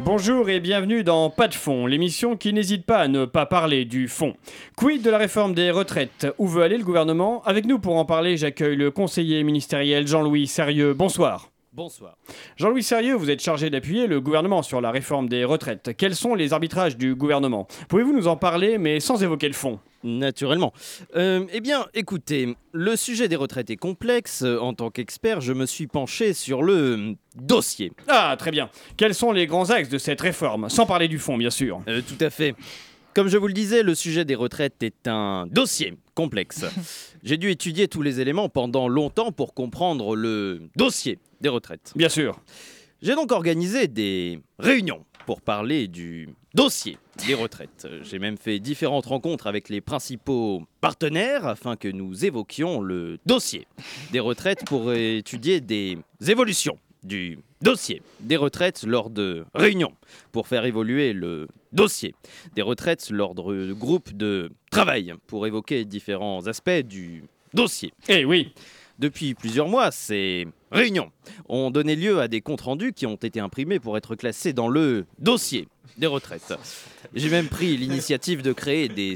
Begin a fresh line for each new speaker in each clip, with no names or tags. Bonjour et bienvenue dans Pas de fond, l'émission qui n'hésite pas à ne pas parler du fond. Quid de la réforme des retraites Où veut aller le gouvernement Avec nous pour en parler, j'accueille le conseiller ministériel Jean-Louis Sérieux. Bonsoir.
Bonsoir.
Jean-Louis Sérieux, vous êtes chargé d'appuyer le gouvernement sur la réforme des retraites. Quels sont les arbitrages du gouvernement Pouvez-vous nous en parler, mais sans évoquer le fond
Naturellement. Euh, eh bien, écoutez, le sujet des retraites est complexe. Euh, En tant qu'expert, je me suis penché sur le euh, dossier.
Ah, très bien. Quels sont les grands axes de cette réforme Sans parler du fond, bien sûr.
Euh, tout à fait. Comme je vous le disais, le sujet des retraites est un dossier complexe. J'ai dû étudier tous les éléments pendant longtemps pour comprendre le dossier des retraites.
Bien sûr.
J'ai donc organisé des réunions pour parler du dossier des retraites. J'ai même fait différentes rencontres avec les principaux partenaires afin que nous évoquions le dossier des retraites pour étudier des évolutions du dossier des retraites lors de réunions, pour faire évoluer le dossier des retraites lors de groupes de travail, pour évoquer différents aspects du dossier.
Eh oui,
Depuis plusieurs mois, ces réunions ont donné lieu à des comptes rendus qui ont été imprimés pour être classés dans le dossier des retraites. J'ai même pris l'initiative de créer des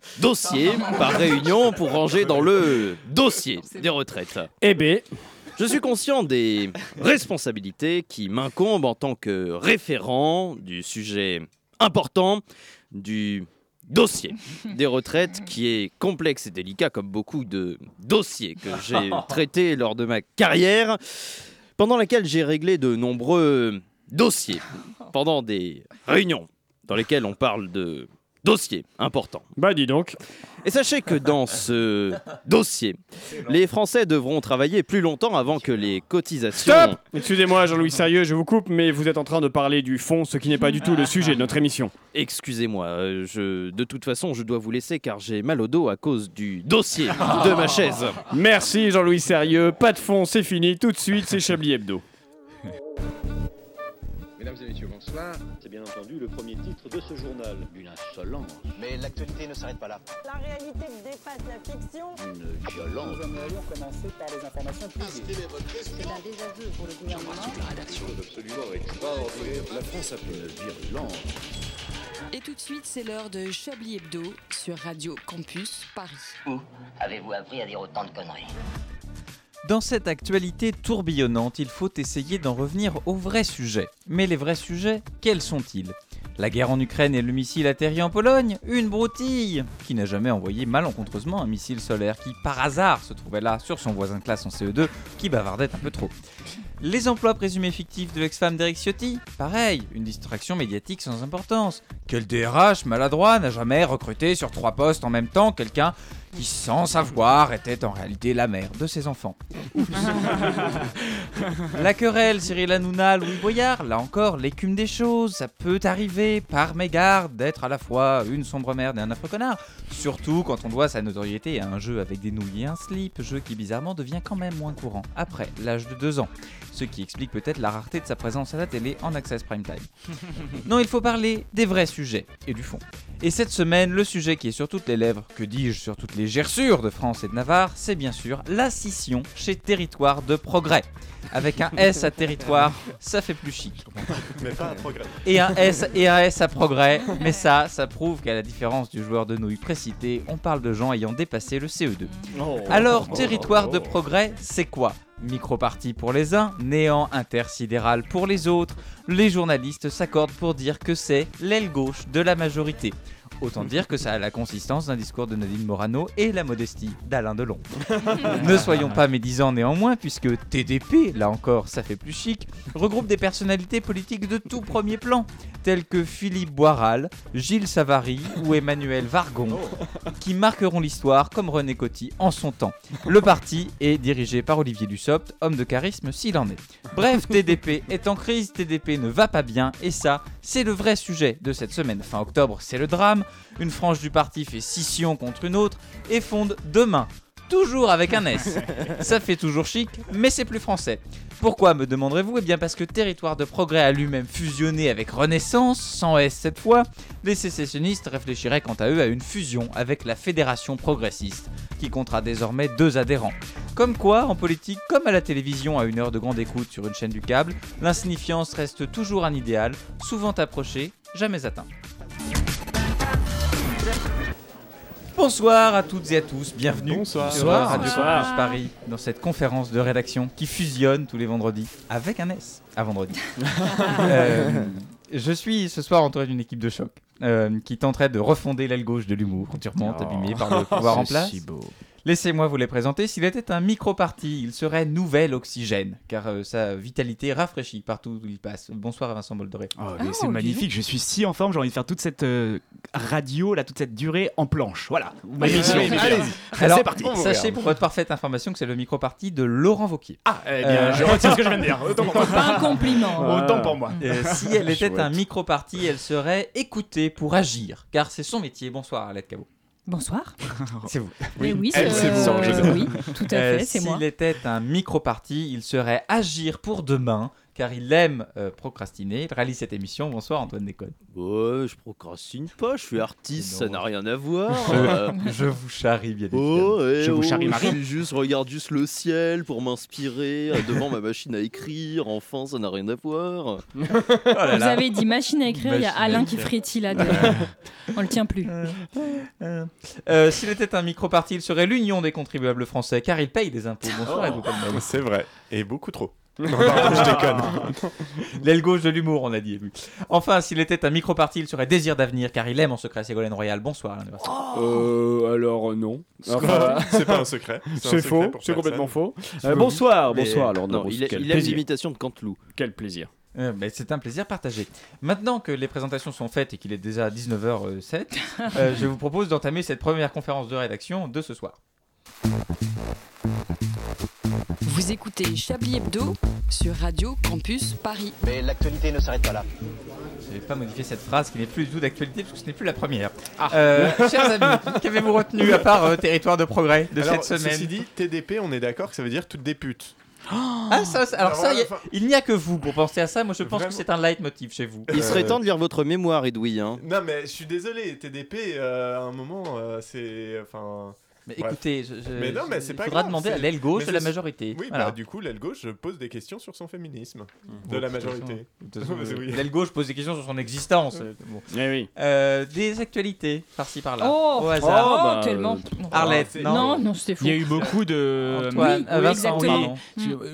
sous-dossiers par réunion pour ranger dans le dossier des retraites.
eh bé,
Je suis conscient des responsabilités qui m'incombent en tant que référent du sujet important du dossier des retraites qui est complexe et délicat comme beaucoup de dossiers que j'ai traités lors de ma carrière pendant laquelle j'ai réglé de nombreux dossiers pendant des réunions dans lesquelles on parle de dossiers importants.
bah dis donc.
Et sachez que dans ce dossier, les Français devront travailler plus longtemps avant que les cotisations.
Stop Excusez-moi, Jean-Louis Sérieux, je vous coupe, mais vous êtes en train de parler du fond, ce qui n'est pas du tout le sujet de notre émission.
Excusez-moi, euh, je... de toute façon, je dois vous laisser car j'ai mal au dos à cause du dossier de ma chaise.
Merci, Jean-Louis Sérieux. Pas de fond, c'est fini. Tout de suite, c'est Chablis Hebdo.
Mesdames et messieurs, bonsoir.
C'est bien entendu le premier titre de ce journal. Une insolence,
Mais l'actualité ne s'arrête pas là.
La réalité dépasse la fiction.
une violence.
Nous allons commencer par les informations privées.
C'est un désaveu pour le gouvernement.
Et tout de suite, c'est l'heure de Chablis Hebdo sur Radio Campus Paris.
Avez-vous appris à dire autant de conneries
Dans cette actualité tourbillonnante, il faut essayer d'en revenir aux vrais sujets. Mais les vrais sujets, quels sont-ils La guerre en Ukraine et le missile atterri en Pologne Une broutille Qui n'a jamais envoyé malencontreusement un missile solaire qui, par hasard, se trouvait là sur son voisin de classe en CE2 qui bavardait un peu trop. Les emplois présumés fictifs de l'ex-femme d'Eric Ciotti Pareil, une distraction médiatique sans importance. Quel DRH maladroit n'a jamais recruté sur trois postes en même temps quelqu'un qui, sans savoir, était en réalité la mère de ses enfants. La querelle, Cyril Hanouna, Louis Boyard, là encore, l'écume des choses, ça peut arriver, par mégarde, d'être à la fois une sombre merde et un affreux connard. Surtout quand on doit sa notoriété à un jeu avec des nouilles et un slip, jeu qui bizarrement devient quand même moins courant, après l'âge de 2 ans. Ce qui explique peut-être la rareté de sa présence à la télé en Access Prime Time. non, il faut parler des vrais sujets, et du fond. Et cette semaine, le sujet qui est sur toutes les lèvres, que dis-je, sur toutes les gerçures de France et de Navarre, c'est bien sûr la scission chez Territoire de Progrès. Avec un S à territoire, ça fait plus chic. Et un S et un S à progrès, mais ça, ça prouve qu'à la différence du joueur de nouilles précité, on parle de gens ayant dépassé le CE2. Alors, territoire de progrès, c'est quoi Micropartie pour les uns, néant intersidéral pour les autres, les journalistes s'accordent pour dire que c'est l'aile gauche de la majorité. Autant dire que ça a la consistance d'un discours de Nadine Morano et la modestie d'Alain Delon. ne soyons pas médisants néanmoins, puisque TDP, là encore, ça fait plus chic, regroupe des personnalités politiques de tout premier plan, telles que Philippe Boiral, Gilles Savary ou Emmanuel Vargon, qui marqueront l'histoire comme René Coty en son temps. Le parti est dirigé par Olivier Dussopt, homme de charisme s'il en est. Bref, TDP est en crise, TDP ne va pas bien, et ça, c'est le vrai sujet de cette semaine. Fin octobre, c'est le drame, une frange du parti fait scission contre une autre, et fonde demain toujours avec un S. Ça fait toujours chic, mais c'est plus français. Pourquoi me demanderez-vous Eh bien parce que Territoire de Progrès a lui-même fusionné avec Renaissance, sans S cette fois. Les sécessionnistes réfléchiraient quant à eux à une fusion avec la Fédération progressiste, qui comptera désormais deux adhérents. Comme quoi, en politique comme à la télévision à une heure de grande écoute sur une chaîne du câble, l'insignifiance reste toujours un idéal, souvent approché, jamais atteint. Bonsoir à toutes et à tous, bienvenue
Bonsoir.
sur Radio
Bonsoir.
Campus Paris dans cette conférence de rédaction qui fusionne tous les vendredis avec un S à vendredi. Euh, je suis ce soir entouré d'une équipe de choc euh, qui tenterait de refonder l'aile gauche de l'humour, durement
Oh.
abîmée par le pouvoir en place. Laissez-moi vous les présenter. S'il était un micro-parti, il serait nouvel oxygène, car euh, sa vitalité rafraîchit partout où il passe. Bonsoir à Vincent Boldoré.
Oh,
Ah,
mais c'est
dis
magnifique, je suis si en forme, j'ai envie de faire toute cette euh, radio, là, toute cette durée en planche. Voilà, ma
Oui,
mission.
oui, oui,
Allez-y,
Alors,
c'est parti.
Sachez pour votre parfaite information que c'est le micro-parti de Laurent Vauquier.
Ah, eh bien,
Euh,
je retire ce que je viens de dire. Autant pour moi.
Pas un compliment.
Autant pour moi.
Euh, si elle était
Chouette.
un micro-parti, elle serait écoutée pour agir, car c'est son métier. Bonsoir Arlette Cabot.
Bonsoir.
C'est vous.
Oui,
Eh,
oui,
Elle, c'est vous, sans jeu de mots.
oui, tout à
Euh,
fait, c'est
S'il
moi.
était un micro-parti, il serait agir pour demain, car il aime euh, procrastiner. Il réalise cette émission. Bonsoir Antoine Déconne.
Ouais, je procrastine pas, je suis artiste,
Non.
ça n'a rien à voir. Euh,
Je vous charrie bien évidemment.
oh, eh,
Je vous
oh,
charrie, Marie.
je juste, regarde juste le ciel pour m'inspirer euh, devant ma machine à écrire. Enfin, ça n'a rien à voir.
Oh là
Vous
là.
avez dit machine à écrire, il y a
Machine à
Alain qui
écrire.
frétille là. derrière. On le tient plus.
Euh, S'il était un micro-parti, il serait l'union des contribuables français, car il paye des impôts. Bonsoir Hugo Colmel.
C'est vrai, et beaucoup trop.
L'aile gauche de l'humour, on a dit. lui. Enfin, s'il était un micro-parti, il serait désir d'avenir, car il aime en secret Ségolène Royal. Bonsoir. Alain Duras.
Euh, alors euh, non. Enfin,
C'est pas un secret.
c'est faux, c'est complètement faux. Euh, bonsoir, bonsoir. Alors
non, il, a-
quel,
il aime
plaisir.
l'imitation de Canteloup.
quel plaisir.
Euh, mais c'est un plaisir partagé. Maintenant que les présentations sont faites et qu'il est déjà 19h07, euh, je vous propose d'entamer cette première conférence de rédaction de ce soir.
Vous écoutez Chablis Hebdo sur Radio Campus Paris.
Mais l'actualité ne s'arrête pas là.
Je vais pas modifier cette phrase qui n'est plus du tout d'actualité puisque ce n'est plus la première. Euh, chers amis, qu'avez-vous retenu à part euh, Territoire de progrès de cette semaine
dit, TDP, on est d'accord que ça veut dire toutes des putes.
Ah, ça, ça- alors ça,
Alors,
y a-
enfin-
il n'y a que vous pour penser à ça. Moi, je pense que
Vraiment.
c'est un leitmotiv chez vous.
Il
Euh.
serait temps de lire votre mémoire, Edoui. hein.
Non, mais je suis désolé, TDP, euh, à un moment, c'est. Enfin.
Mais
Bref.
écoutez, je, je-
Mais non, mais
je-
c'est
il
pas
faudra
grave,
demander à
c'est-
l'aile gauche
mais
de la
c'est-
majorité.
Oui,
Voilà.
bah du coup, l'aile gauche pose des questions sur son féminisme de la
Bon, de toute
majorité.
De toute façon,
Parce que oui.
euh, L'aile gauche pose des questions sur son existence. euh, bon.
Eh oui.
Euh, des actualités, par-ci par-là.
Oh,
au hasard.
Ah,
bah, euh,
tellement.
Arlette,
c'est-
non.
Non, non, c'était fou.
Il y a eu beaucoup de.
Antoine,
Oui,
euh,
oui,
Vincent,
exactement.
pardon.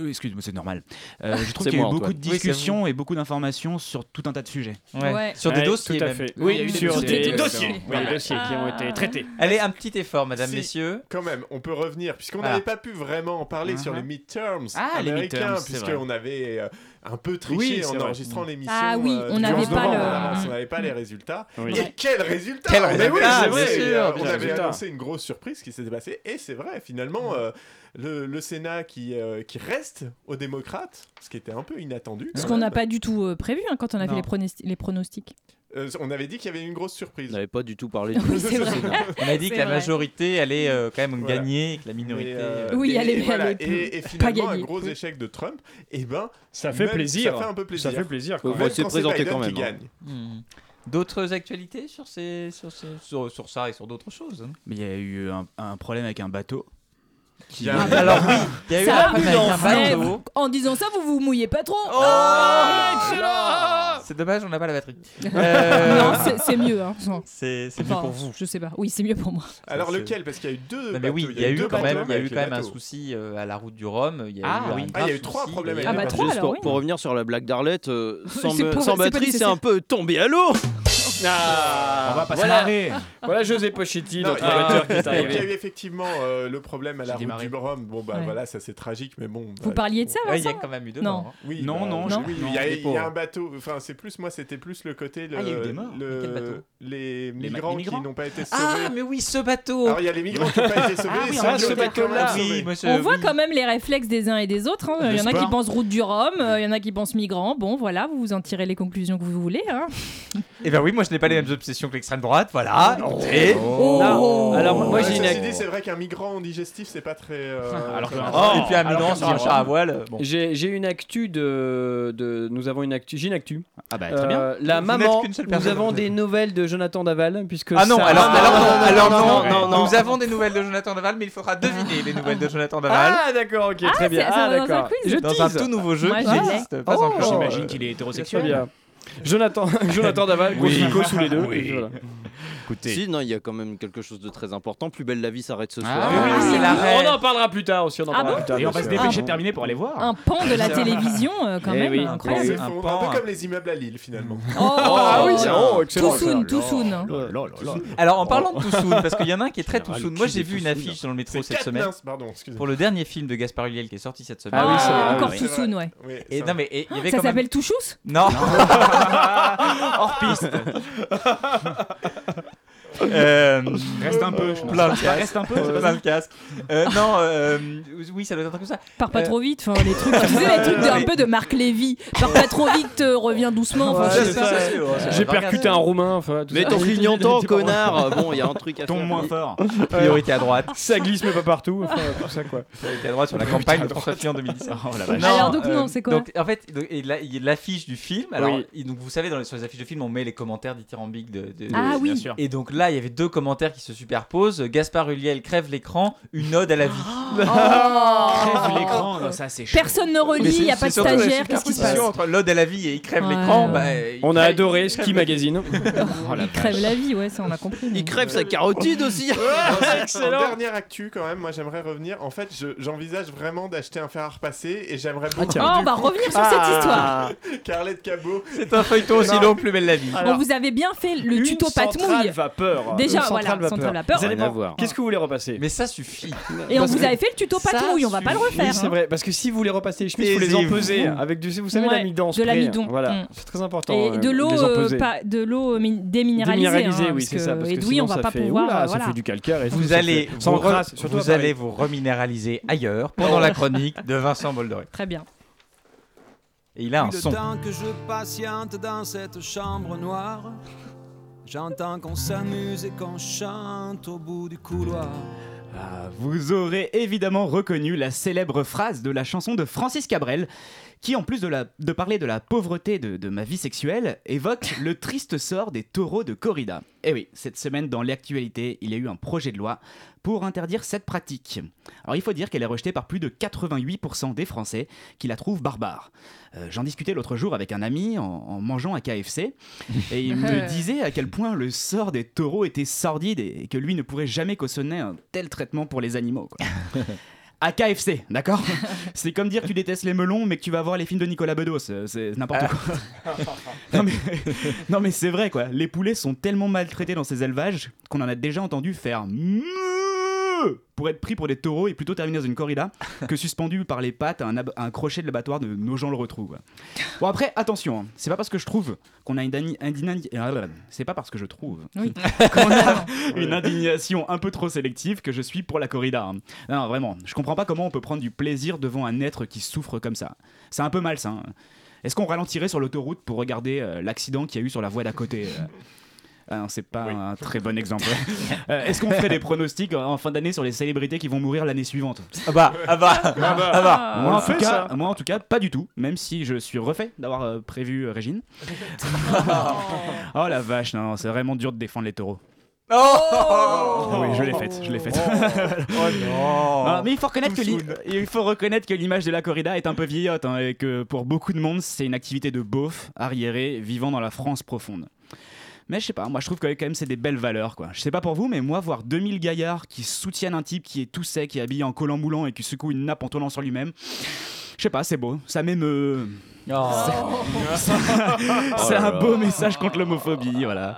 Mm.
Excuse-moi, c'est normal. Euh, je trouve
C'est
qu'il y a
moi,
eu beaucoup
Antoine.
de
Oui, c'est
discussions et beaucoup d'informations sur tout un tas de sujets.
Ouais.
Ouais.
Sur des
Ouais,
dossiers.
Eh, Tout à
même.
fait.
Oui, il y a eu des
sur
dossiers.
des
Des dossiers.
Oui,
Voilà.
des dossiers Ah. qui ont été traités.
Allez, un petit effort, mesdames,
Si.
messieurs.
Quand même, on peut revenir, puisqu'on
Voilà.
n'avait pas pu vraiment en parler sur
Mhm.
les midterms
Ah, les
américains,
midterms, c'est vrai.
puisqu'on avait euh, un peu triché
Oui, c'est
en
vrai.
enregistrant l'émission. euh,
Ah oui, on
du
n'avait
11
pas
novembre,
le-
en avance, On n'avait pas les résultats.
Oui.
Et quel résultat
Quel
Ah, Mais
résultat,
oui,
bien
c'est vrai,
sûr,
bien
euh, On avait
Ah.
résultat.
annoncé une grosse surprise qui s'était passée, et c'est vrai, finalement,
Mm.
euh, le, le Sénat qui, euh, qui reste aux démocrates, ce qui était un peu inattendu.
Ce
quand
qu'on n'a
même.
pas du tout euh, prévu hein, quand on a
Non.
fait les, pronosti- les pronostics.
Euh, on avait dit qu'il y avait une grosse
Il
surprise.
n'avait pas du tout parlé de
Oui, c'est vrai.
On a dit
C'est
que la
vrai.
majorité allait euh, quand même
Voilà.
gagner et que la
Mais,
minorité.
euh,
euh,
Oui,
et-
elle est-
et,
elle
voilà,
est
et, et finalement, un
gagner.
gros échec de Trump, et ben,
Ça fait
même-
plaisir.
Ça fait un peu plaisir.
Ça fait plaisir.
Faut
quand
voir
même.
c'est
quand
présenté
Biden
quand même,
Qui
hein.
gagne.
hmm. D'autres actualités sur, ces, sur, ces- sur, sur ça et sur d'autres choses hein
Mais il y a eu un, problème avec un bateau. Qui
Ah, Alors oui, il y a eu
Ça
un problème avec un
Mais
bateau. Oh
en disant ça, vous vous mouillez pas trop. Oh,
C'est dommage, on n'a pas la batterie.
Non,
Euh,
c'est- c'est mieux. Hein.
c'est c'est mieux
Enfin,
pour vous.
Je sais pas. Oui, c'est mieux pour moi.
Alors
c'est-
lequel Parce qu'il y a eu deux.
Non, mais
bateaux,
oui, il y a eu
deux
quand
problèmes
même, il y a eu
avec
quand
les
même un
bateaux.
souci euh, à la route du Rhum. Il y a
Ah,
eu un
oui. Ah, il y
grave
a eu trois
souci,
problèmes
il y
avec
a eu
les
un
bateaux.
souci.
Juste
Ah, alors,
pour,
oui.
pour revenir sur la blague d'Arlette, euh, sans,
C'est
me-
pas-
sans
c'est pas
batterie, c'est
nécessaire.
un peu tombé à l'eau.
Ah, voilà. Voilà José Pochetti,
Non,
notre
il y a-
batteur qui
Donc,
est
il y a
arrivé.
eu effectivement euh, le problème à la
J'ai
route
démarré.
du Rhum. Bon bah
Ouais.
voilà, ça c'est tragique, mais bon.
Vous
bah,
parliez de ça,
Ouais, Il y a
Vincent
quand même eu deux
Non.
morts. hein.
Oui,
Non,
bah,
non,
oui,
j'ai-
oui,
non,
Il y, a-
les
il y
pauvres.
a un bateau. Enfin, c'est plus moi, c'était plus le côté le,
Ah, il y a eu des morts.
le-
Quel bateau
les
Les
migrants
migrants
qui n'ont pas été sauvés.
Ah, mais oui, ce bateau
Alors il y a les migrants qui n'ont pas été sauvés.
Ah
et
oui,
ceux
on a
qui ont
ce
été quand même
bateau-là.
sauvés.
Oui, monsieur,
On voit
oui.
quand même les réflexes des uns et des autres. hein. Il y en a qui
J'espère.
pensent route du Rhum, euh, il y en a qui pensent migrants. Bon, voilà, vous vous en tirez les conclusions que vous voulez. hein.
Eh ben oui, moi je n'ai pas les mêmes obsessions que l'extrême droite, voilà. Et...
Oh.
Non. Alors, moi, j'ai
Ouais,
une-
ceci dit, c'est vrai qu'un migrant en digestif, c'est pas très. euh,
Alors que-
très-
Oh, et puis un
alors
migrant
que-
sur un char à voile. euh, Bon.
J'ai j'ai une actu de, de- Nous avons une actu. J'ai une actu.
Ah bah
Euh,
très bien.
La
Vous
maman.
n'êtes qu'une seule
Nous
personne.
avons des nouvelles de Jonathan Daval. Puisque
Ah non,
ça-
alors,
Ah,
alors non,
non,
alors
non,
non,
non,
non,
non.
Nous avons des nouvelles de Jonathan Daval, mais il faudra deviner les nouvelles de Jonathan Daval
Ah d'accord, ok, très
c'est-
bien.
ça
Ah
va dans un
d'accord.
quiz.
Je
dans un
tease.
tout nouveau jeu
Moi,
qui
je l'ai.
n'existe pas
Oh.
encore.
J'imagine
qu'il est
Très bien. Jonathan, Jonathan Daval, gros
Oui.
fico sous les deux.
Oui.
Voilà.
Si, non, il y a quand même quelque chose de très important. Plus belle la vie s'arrête ce soir.
Ah,
oui,
c'est la
On
reine.
en parlera plus tard aussi. On en
Ah
parlera
bon
plus tard.
Et on va se
bien sûr.
dépêcher de terminer pour aller voir.
Ah.
Un pan de la télévision, euh, quand
Eh
même,
oui.
On
incroyable.
s'effondre,
Un
un
pan. euh,
peu comme les immeubles à Lille finalement.
Oh,
Ah oui,
tout
tiens, oh, excellent.
soon, tout soon.
Là, là, là, là.
Alors en parlant de Toussoun, parce qu'il y en a un qui est très
Il y aura le
Toussoun.
cul
Moi
des
j'ai vu une
Toussoun.
affiche dans le métro
C'est
cette
4
semaine
minces, pardon, excusez-moi.
pour le dernier film de Gaspard Ulliel qui est sorti cette semaine.
Ah oui, c'est vrai,
Ah,
oui,
encore
oui.
tout soon, ouais.
Oui,
Et
ça
non
va.
mais et il y avait
Ça
quand même
s'appelle Touchous
non hors piste. Euh,
Reste un peu. je pense.
Plein de casques.
Reste un peu. c'est pas
plein
ça.
le casque. Euh, non, euh, oui, ça doit être un truc comme ça.
Pars pas
Euh,
trop vite, enfin, les trucs, tu sais, les trucs d'un peu de Marc Lévy. Pars pas trop vite, euh, reviens doucement. enfin,
Ouais,
je sais
c'est
pas.
ça. J'ai
c'est- c'est-
percuté un roumain. Enfin, tout
Mais
ça.
ton clignotant,
J'étais pas-
connard. Bon, il y a un truc à
Tombe
faire.
moins fort.
Priorité à droite.
Ça glisse mais pas partout. Enfin, tout ça quoi.
Priorité à droite sur la campagne de François Fillon en 2017.
Oh la vache.
Non. Alors, donc, non, c'est quoi
euh, donc, en fait, donc, et là, il y a l'affiche du film. Alors,
Oui.
il- donc, vous savez, dans les, sur les affiches de film, on met les commentaires dithyrambiques de. de-
Ah
de-
oui.
Bien sûr.
Et donc là, il y avait deux commentaires qui se superposent. Gaspard Ulliel crève l'écran, une ode à la vie. euh,
Crève
Oh.
l'écran, non, ça c'est chaud.
Personne ne relit, il n'y a pas de
surtout la
stagiaire, qu'est-ce qui se passe
superposition entre l'ode à la vie et il crève
Ouais.
l'écran. bah, il
On a
crève-
adoré Ski Magazine.
Il crève la vie, ouais, ça on a compris. mais-
Il crève sa carotide aussi.
Oh
En dernière actu quand même, moi j'aimerais revenir. En fait, je- j'envisage vraiment d'acheter un fer à repasser et j'aimerais
Ah,
beaucoup.
Oh, on va revenir sur
Ah.
cette histoire.
Carlette Cabot.
C'est un feuilleton aussi
Non. Ah.
long, plus belle la vie.
On vous avait bien fait le tuto pâte mouille.
vapeur.
Déjà,
Une centrale
voilà,
vapeur.
centrale vapeur.
Vous allez
Rien à
pas-
voir.
Qu'est-ce que vous voulez repasser
Mais ça suffit.
Et on
Parce
vous
que-
avait fait le tuto pâte
Ça
mouille, on va pas le
suffit.
refaire.
Oui, c'est
hein.
vrai. Parce que si vous voulez repasser les chemises, il faut les
Taisez-vous.
empeser avec du, vous savez,
Ouais,
l'amidon.
de
spray.
l'amidon.
Voilà,
Mm.
c'est très important.
Et
euh,
de l'eau,
les
euh,
empeser.
pas- de l'eau euh, mi- déminéralisée.
Déminéralisée,
hein,
oui,
parce
c'est ça.
que
Parce que
Edoui, on
sinon,
va
ça
pas
fait-
pouvoir.
Oula,
euh,
ça
voilà.
fait du calcaire. et tout,
Vous
ça
allez,
fait-
vous,
sans
re-
grâce, surtout à
vous
Paris.
allez vous reminéraliser ailleurs pendant la chronique de Vincent Boldoré.
Très bien.
Et il a un son.
temps que je patiente dans cette chambre noire, j'entends qu'on s'amuse et qu'on chante au bout du couloir.
Ah, vous aurez évidemment reconnu la célèbre phrase de la chanson de Francis Cabrel, qui en plus de, la- de parler de la pauvreté de, de ma vie sexuelle, évoque le triste sort des taureaux de corrida. Et oui, cette semaine dans l'actualité, il y a eu un projet de loi pour interdire cette pratique. Alors il faut dire qu'elle est rejetée par plus de 88% des Français qui la trouvent barbare. Euh, J'en discutais l'autre jour avec un ami en, en mangeant à KFC, et il me disait à quel point le sort des taureaux était sordide et que lui ne pourrait jamais cautionner un tel traitement pour les animaux. quoi. À KFC, d'accord C'est comme dire que tu détestes les melons mais que tu vas voir les films de Nicolas Bedos, euh, c'est n'importe quoi. non mais, non, mais c'est vrai quoi, les poulets sont tellement maltraités dans ces élevages qu'on en a déjà entendu faire meuh pour être pris pour des taureaux et plutôt terminer dans une corrida que suspendu par les pattes à un, ab- à un crochet de l'abattoir de nos gens le retrouvent. quoi. Bon après attention, hein. c'est pas parce que je trouve qu'on a une, dani- un dynami- euh, c'est pas parce que je trouve
Oui.
qu'on a une indignation un peu trop sélective que je suis pour la corrida. hein. Non, non, vraiment, je comprends pas comment on peut prendre du plaisir devant un être qui souffre comme ça. C'est un peu malsain. Est-ce qu'on ralentirait sur l'autoroute pour regarder euh, l'accident qu'il y a eu sur la voie d'à côté euh ah non, c'est pas un très bon exemple. Euh, Est-ce qu'on ferait des pronostics en en fin d'année sur les célébrités qui vont mourir l'année suivante
Ah bah, ah bah, ah bah.
moi, en
fait,
tout cas,
ça.
moi, en tout cas, pas du tout, même si je suis refait d'avoir euh, prévu euh, Régine. oh la vache, non, non, c'est vraiment dur de défendre les taureaux.
Ah,
Oh
oui, je l'ai faite, je l'ai faite. Ah, mais il faut, reconnaître que l'i- il faut reconnaître que l'image de la corrida est un peu vieillotte hein, et que pour beaucoup de monde, c'est une activité de beauf, arriéré, vivant dans la France profonde. Mais je sais pas, moi je trouve que quand même c'est des belles valeurs quoi. Je sais pas pour vous, mais moi voir 2000 gaillards qui soutiennent un type qui est tout sec, qui est habillé en collant moulant et qui secoue une nappe en tournant sur lui-même, je sais pas, c'est beau, ça m'émeut. C'est un beau message contre l'homophobie, voilà.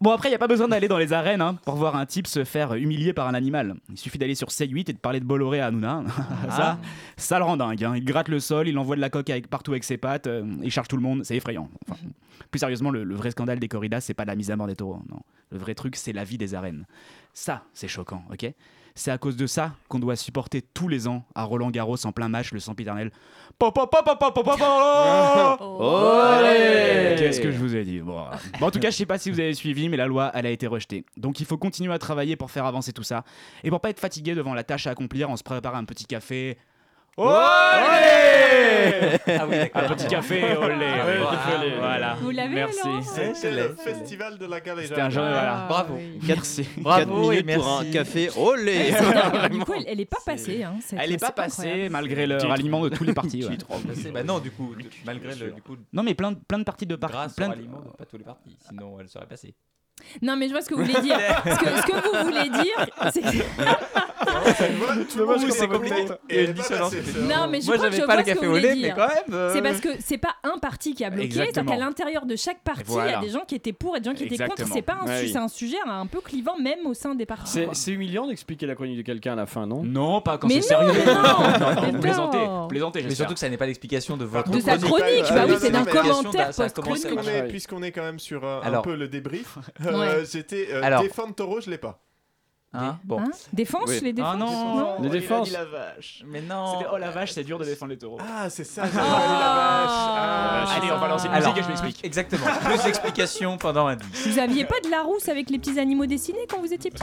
bon, après, il n'y a pas besoin d'aller dans les arènes hein, pour voir un type se faire humilier par un animal. Il suffit d'aller sur C8 et de parler de Bolloré à Hanouna. ça, ça le rend dingue. hein. Il gratte le sol, il envoie de la coque avec, partout avec ses pattes, euh, il charge tout le monde, c'est effrayant. Enfin, plus sérieusement, le, le vrai scandale des corridas, c'est pas la mise à mort des taureaux. Non. Le vrai truc, c'est la vie des arènes. Ça, c'est choquant, ok
C'est à cause de ça qu'on doit supporter tous les ans à Roland Garros en plein match le sempiternel. Pa, pa, pa, pa, pa, pa, pa, pa.
Olé
Qu'est-ce que je vous ai dit bon, voilà. Bon, En tout cas, je sais pas si vous avez suivi, mais la loi, elle a été rejetée. Donc il faut continuer à travailler pour faire avancer tout ça et pour pas être fatigué devant la tâche à accomplir, on se prépare un petit café. Olé
Ah oui, d'accord.
Un petit café, olé.
Ah oui,
Voilà.
olé.
voilà.
Vous l'avez,
Merci.
Ah,
C'était le festival de la galère.
C'était un jour, voilà.
Bravo.
Merci.
Bravo minutes et pour merci. un café. Olé.
Ouais, c'est dingue. Du coup, elle, elle est pas passée. Hein, cette-
Elle n'est
c'est
pas passée
incroyable.
malgré le
Titre.
ralliement de tous les partis. ouais.
Bah non, du coup, de- malgré le. Du coup,
Non, mais plein de, plein de parties de partis.
grâce au
Plein de-
ralliement de pas tous les partis, sinon elle serait passée.
Non, mais je vois ce que vous voulez dire. Parce que- ce que vous voulez dire, c'est que.
Ouh, c'est compliqué. Il y a une dissonance.
Non, mais je
Moi,
crois que
j'avais
je
pas
vois
le
ce que
café
vous
au lait,
voulez
mais
dire.
quand même. euh,
C'est parce que c'est pas un parti qui a bloqué, c'est-à-dire
Exactement.
qu'à l'intérieur de chaque parti, il y
Voilà.
a des gens qui étaient pour et des gens qui étaient
Exactement.
contre. C'est pas un,
Ouais,
su-
oui.
c'est un sujet un peu clivant même au sein des partis.
C'est
quoi.
c'est humiliant d'expliquer la chronique de quelqu'un à la fin, non
Non, pas
quand Mais c'est non, sérieux. mais non.
Non, non,
Mais plaisantez, non. plaisantez,
Mais
j'espère.
surtout que ça n'est pas l'explication de votre
De sa chronique, bah oui, c'est d'un commentaire
Puisqu'on
post-chronique.
est, puisqu'on est quand même sur euh, un
Alors.
peu le débrief, euh, c'était euh,
Alors.
défendre Taureau, je l'ai pas.
Hein bon.
Hein Défense,
Oui.
les défenses
Ah non,
il
Les
a dit
défenses.
la vache.
Mais non.
C'était, oh la vache, c'est dur de défendre les taureaux.
Ah, c'est ça,
j'avais
Ah.
dit la vache. Ah.
Ah.
Allez, on va lancer une
Alors,
musique et je m'explique.
Exactement. Plus d'explications pendant un 10.
Vous aviez pas de la rousse avec les petits animaux dessinés quand vous étiez petit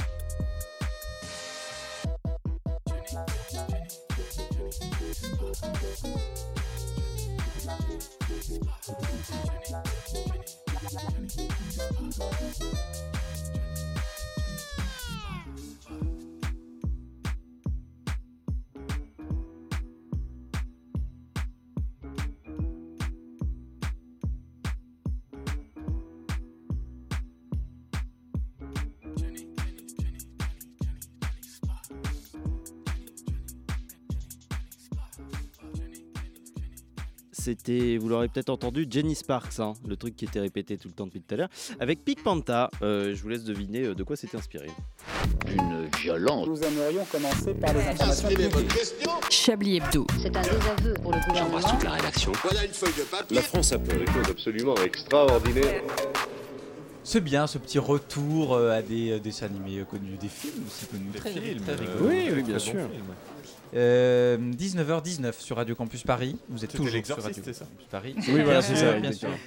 C'était, vous l'aurez peut-être entendu, Jenny Sparks, hein, le truc qui était répété tout le temps depuis tout à l'heure, avec Pig Panta. Euh, je vous laisse deviner euh, de quoi c'était inspiré. D'une violence.
Nous aimerions commencer par les informations publiques.
Chablis Hebdo.
C'est un désaveu pour le gouvernement.
Ah,
la rédaction. Voilà une feuille de papier.
La France a fait des choses absolument extraordinaires.
C'est bien ce petit retour euh, à des euh, dessins animés euh, connus, des films aussi connus.
Des
très,
films,
très
euh,
rigolos.
oui, oui, bien
Très
sûr.
bons films. Euh, 19h19 sur Radio Campus Paris. Vous êtes
C'était
toujours sur
l'Exorciste,
Radio
c'est ça
Campus Paris.
Oui, voilà, c'est ça,
Bien sûr.
exactement.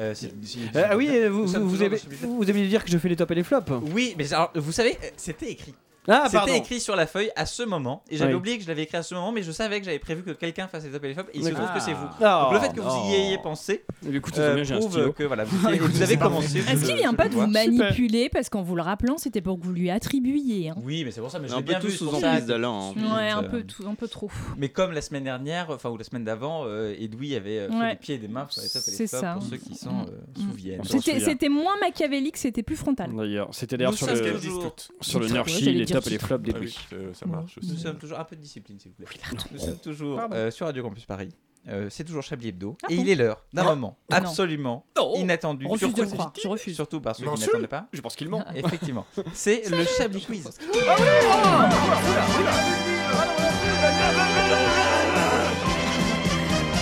Euh, c'est- c'est-
Euh, Ah oui, euh, vous,
Nous sommes
vous, vous
toujours
aimez,
dans ce sujet.
vous aimez dire que je fais les tops et les flops
Oui, mais alors, vous savez, euh, c'était écrit.
Ah, pardon.
c'était écrit sur la feuille à ce moment. Et j'avais
Oui.
oublié que je l'avais écrit à ce moment, mais je savais que j'avais prévu que quelqu'un fasse les top et les flops. Et il se
D'accord.
trouve que c'est vous.
Ah.
Donc le fait que vous
Oh.
y ayez pensé
Et du coup, ça
euh,
tombe bien, j'ai un
prouve
stylo.
que voilà, vous, et vous avez
c'est
commencé.
parfait.
je
Est-ce
le-
Est-ce qu'il vient
je
pas
le
de
vois.
vous manipuler parce qu'en vous le rappelant, c'était pour que vous lui attribuiez. hein.
Oui, mais c'est pour ça, mais je
Un
l'ai
peu
bien
tous
vu. c'est
sous
pour ça,
emprise
c'est-
d'Alain, hein.
Ouais, un
Euh,
peu, tout, un peu trop.
Mais comme la semaine dernière, enfin ou la semaine d'avant, euh, Edoui avait euh,
Ouais.
fait des pieds et des mains sur les tops et
C'est
les flops
ça. Mm.
pour ceux qui s'en euh, souviennent.
C'était c'était moins machiavélique, c'était plus frontal.
D'ailleurs, c'était d'ailleurs
Nous
sur
sommes
le,
toujours-
sur le
Toujours,
Nurchi,
j'allais
les
dire
tops et les flops des
Ah oui,
Louis.
ça- ça marche aussi.
Nous sommes toujours un peu de discipline, s'il vous plaît. Nous
pardon.
sommes toujours
Pardon.
euh, sur Radio Campus Paris. Euh, c'est toujours Chablis Hebdo.
Ah
et
bon
il est l'heure d'un
Non.
moment
Non.
absolument
Non.
inattendu.
On refuse
Surtout-
de le croire. Je refuse. Ah.
Surtout par ceux qui
M'insulte.
n'attendaient pas.
Je pense qu'il ment.
Effectivement. C'est le Chablis Quiz. Ah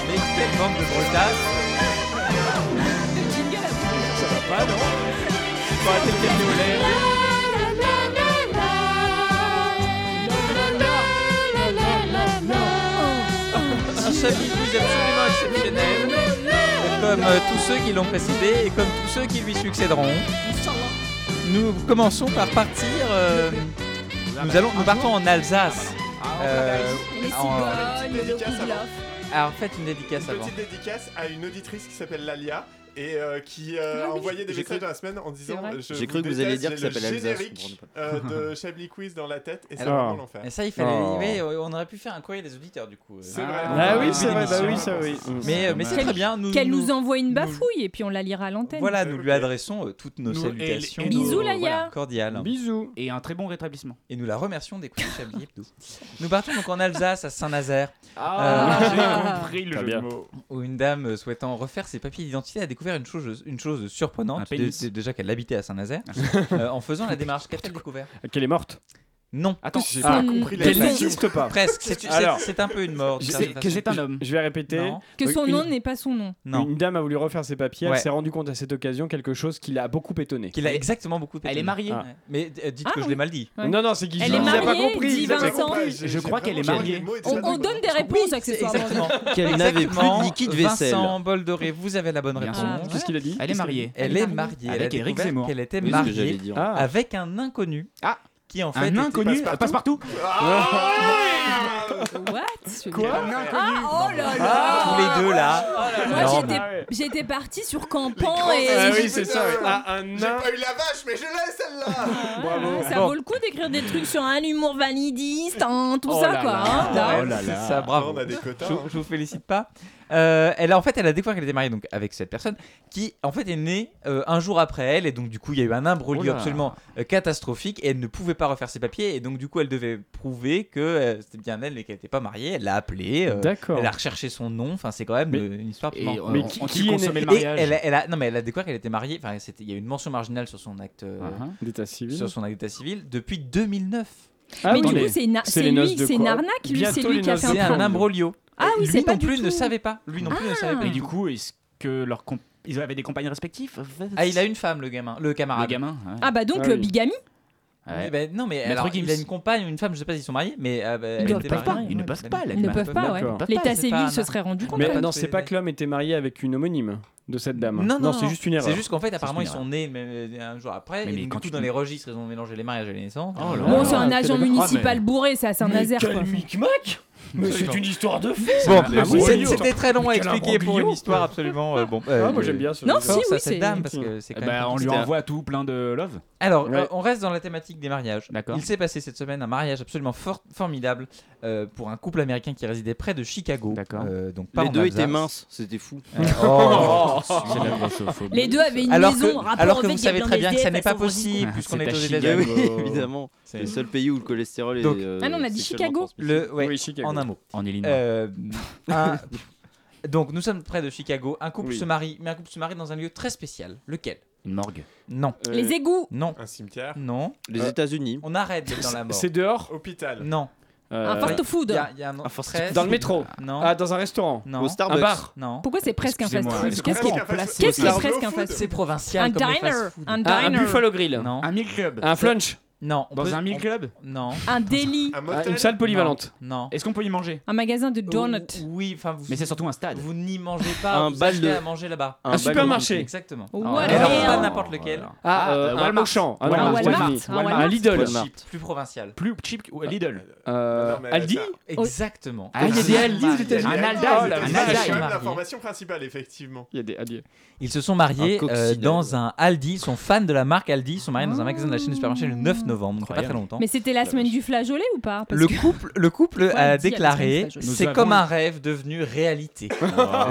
Mais quelle bande de bretagne Un Chablis Quiz absolument exceptionnel. Comme euh, tous ceux qui l'ont précédé et comme tous ceux qui lui succéderont. Nous commençons par partir. euh, nous, allons, nous partons en Alsace. Euh,
Les
Ah,
en-
cigognes, le roubla.
Ah, en fait, une dédicace
Une
avant.
petite dédicace à une auditrice qui s'appelle Lalia et euh, qui euh, envoyait des
J'ai
messages
cru-
dans la semaine en disant
vrai.
euh, je
J'ai cru que vous
déteste,
alliez dire
j'ai
qu'il
le
s'appelle Alsace,
générique,
je comprends
euh, de Chablis Quiz dans la tête et c'est
Alors,
vraiment l'enfer.
mais ça, il fallait. oui, on aurait pu faire un courrier des auditeurs du coup. Euh,
C'est vrai.
Ah oui, c'est vrai, bah oui, ça oui.
Mais, euh, mais c'est
Qu'elle-
très bien. Nous,
Qu'elle nous
nous-
envoie une bafouille et puis on la lira à l'antenne.
Voilà, nous lui adressons euh, toutes nos
Nous- et- et
salutations.
nos- Bisous,
Laïa.
Cordiales.
Bisous.
Et un très bon rétablissement.
Et nous la remercions des coups de Chablis Hebdo. Nous partons donc en Alsace, à Saint-Nazaire. Euh,
Ah, j'ai compris le Très jeu de bien. mots.
Où une dame euh, souhaitant refaire ses papiers d'identité a découvert une chose, une chose surprenante.
Un pénis.
Dé- dé- déjà qu'elle habitait à Saint-Nazaire. euh, en faisant la démarche, qu'a-t-elle découvert
Qu'elle est morte
Non.
Attends, j'ai
Ah.
pas Ah, compris la
Qu'elle
question.
n'existe pas. Presque. C'est- c'est-
Alors,
C'est un peu une mort. d'une
je-
certaine façon.
je- Je vais répéter.
Non.
Que son
Une-
nom n'est pas son nom.
Non.
Une dame a voulu refaire ses papiers.
Ouais.
Elle s'est rendue compte à cette occasion quelque chose qui l'a beaucoup étonné.
Qu'il a exactement beaucoup pété.
Ah.
Ouais. Mais euh, dites
Ah
que je
oui.
l'ai mal dit.
Ouais.
Non, non, c'est qu'il
Elle
il
est
a
mariée,
pas compris.
dit
il a pas
Vincent.
compris.
Je, crois qu'elle est mariée.
On, on donne des réponses accessoirement.
Exactement.
Qu'elle n'avait plus de liquide vaisselle.
Vincent Boldoré, vous avez la bonne
Bien
réponse.
sûr. Ah, Qu'est-ce qu'il a dit
Elle est mariée.
Elle est mariée.
Avec
Elle a
Éric
découvert
Zemmour.
Qu'elle était
Oui, c'est ce que
mariée
j'allais dire. Ah.
avec un inconnu.
Ah.
Qui en fait
Un
était-
inconnu euh, Passepartout
Ah
What
Quoi
Un inconnu. Ah, oh là là
Ah, tous les deux, là.
Moi,
Non,
j'étais-
mais-
j'étais partie sur Campan
grands
et.
Ah oui, c'est ça, ouais. Ah, un
J'ai
nain.
pas eu la vache, mais je l'ai celle-là
Bravo.
ah, Ça
Bon.
vaut le coup d'écrire des trucs sur un humour validiste, hein, tout
Oh
ça
là
quoi.
là.
hein, là.
Ouais, c'est ça, bravo.
On a des quotas,
Je,
hein.
je vous félicite pas. Euh, elle a en fait, elle a découvert qu'elle était mariée donc avec cette personne qui en fait est née euh, un jour après elle et donc du coup il y a eu un
Oh
imbroglio
là.
absolument euh, catastrophique et elle ne pouvait pas refaire ses papiers et donc du coup elle devait prouver que euh, c'était bien elle mais qu'elle n'était pas mariée. Elle l'a appelée. euh,
D'accord.
Elle a recherché son nom. Enfin c'est quand même euh, une histoire.
et,
marque.
euh, Mais on- qui- on- qui on est consommait né- le
Et
mariage.
elle, a- elle a- non mais elle a découvert qu'elle était mariée. Enfin c'était- il y a eu une mention marginale sur son acte euh,
Uh-huh.
d'état civil. Ah
Sur son acte d'état civil depuis 2009.
Mais du coup, c'est na- c'est lui, c'est Narnac, lui, c'est lui qui a fait
C'est un
plan.
imbroglio.
Ah oui,
Lui
c'est pas
non
du
plus ne
tout. Ah.
savait pas. Lui non plus ne savait pas.
Et du coup, est-ce que leur comp- ils avaient des compagnes respectives
Ah, il a une femme, le gamin, le camarade.
Le gamin, hein. ouais.
Ah bah donc
Ah oui.
euh, bigamie
Eh ben, non, mais
Maître
alors,
Gims.
il a une compagne, une femme, je sais pas s'ils sont mariés, mais. euh, bah,
Ils
elle
doivent
était
pas,
mariée.
ils ne
Ouais,
peuvent
bah,
pas,
Ils ne peuvent pas, ouais.
D'accord.
L'état
C'est pas
civil se
un-
serait rendu compte.
Mais
pas
non,
tous
c'est
les
pas
mecs.
que l'homme était marié avec une homonyme de cette dame.
Non, non,
c'est juste une erreur.
C'est juste qu'en fait,
C'est
apparemment,
une
ils sont nés mais, euh, un jour après.
Mais- mais
et
quand
quand
tu-
tout dans les registres, ils ont mélangé les mariages et les naissances.
Oh là
Bon, c'est
Ah,
un agent municipal bourré, c'est à Saint-Nazaire.
quel
quoi.
Mais c'est une histoire de fille.
Bon,
Ah oui,
c'est-
c'est-
c'était très long à
Quel
expliquer pour
imbroglio,
une histoire absolument. euh, bon,
Ah, moi, j'aime bien ce-
Non, si,
force
oui,
à cette
c'est-
dame parce que c'est quand
Eh
même.
ben, on lui
compliqué.
envoie tout plein de love.
Alors,
Ouais.
euh, on reste dans la thématique des mariages.
D'accord.
Il s'est passé cette semaine un mariage absolument for- formidable euh, pour un couple américain qui résidait près de Chicago. Euh, donc pas
Les
en
deux
Alsace.
étaient minces, c'était fou.
Euh, oh.
C'est la grossophobie.
Les deux avaient une
alors
liaison,
que,
rapport
alors que
avec
vous
il y
savez
a plein
très bien que ça
d'SDF
n'est pas
à San Francisco.
possible puisqu'on est aux
Ah
États-Unis.
oui, évidemment. C'est le seul pays où le cholestérol
Eh Donc-
est. euh,
Ah non, on a dit
sexuellement
Chicago.
transmissible.
Le- ouais,
Oui, Chicago.
En un mot.
En Illinois.
Euh, un- donc nous sommes près de Chicago. Un couple
Oui.
se marie, mais un couple se marie dans un lieu très spécial. Lequel
Une morgue.
Non.
Euh, Les égouts.
Non.
Un cimetière.
Non.
Les États-Unis.
On arrête d'être dans la mort.
C'est dehors
Hôpital.
Non.
Euh,
fast food.
Il y a- il y a un-
Un fast
très-
Dans le métro.
Non.
Ah, dans un restaurant.
Non.
Au Starbucks. Un bar.
Non.
Pourquoi c'est presque un fast
Excusez-moi,
food
c'est
Qu'est-ce
presque
qui
un fast
qu'est-ce qui est
food.
presque un fast
C'est
food
provincial
Un
comme les
diner.
fast-food.
Un
Ah, un
diner.
Buffalo Grill.
Non.
Un meal club.
Un flunch.
Non. on
Dans
peut-
un meal
on-
club
Non.
Un délit.
Ah, Une salle polyvalente.
Non. Oh,
Est-ce qu'on peut y manger
Un magasin de donuts.
Oui, enfin vous.
Mais c'est surtout un stade.
Vous n'y mangez pas,
Un
vous
bal
achetez
de-
à manger là-bas.
Un Un bal de supermarché.
marché.
Exactement.
Voilà.
Mais alors, pas
Voilà.
n'importe lequel.
Ah,
Ah,
euh,
euh,
un
Walmart.
Auchan. Ah, non,
Walmart.
aux États-Unis.
Walmart. Walmart.
Un Lidl.
Walmart.
Cheap, plus provincial.
Plus cheap ou Lidl
Euh,
Non, mais
Aldi
Oh.
ça-
Exactement.
Ah, il y a des Aldi aux États-Unis. Un Aldi.
Ah, là,
Un
c'est
Aldi.
quand même
Marié.
l'information principale, effectivement.
Il y a des Aldi.
Ils se sont mariés
Un
euh,
coccinelle.
dans un Aldi, ils sont fans de la marque Aldi, ils sont mariés dans un magasin de la chaîne de supermarché le 9 29 novembre, pas très longtemps.
Mais c'était la semaine du flageolet ou pas Parce
Le
que-
couple, le couple
Pourquoi
a
on dit à la
déclaré
semaine flageolet
c'est
Nous
comme
avons-
un rêve devenu réalité.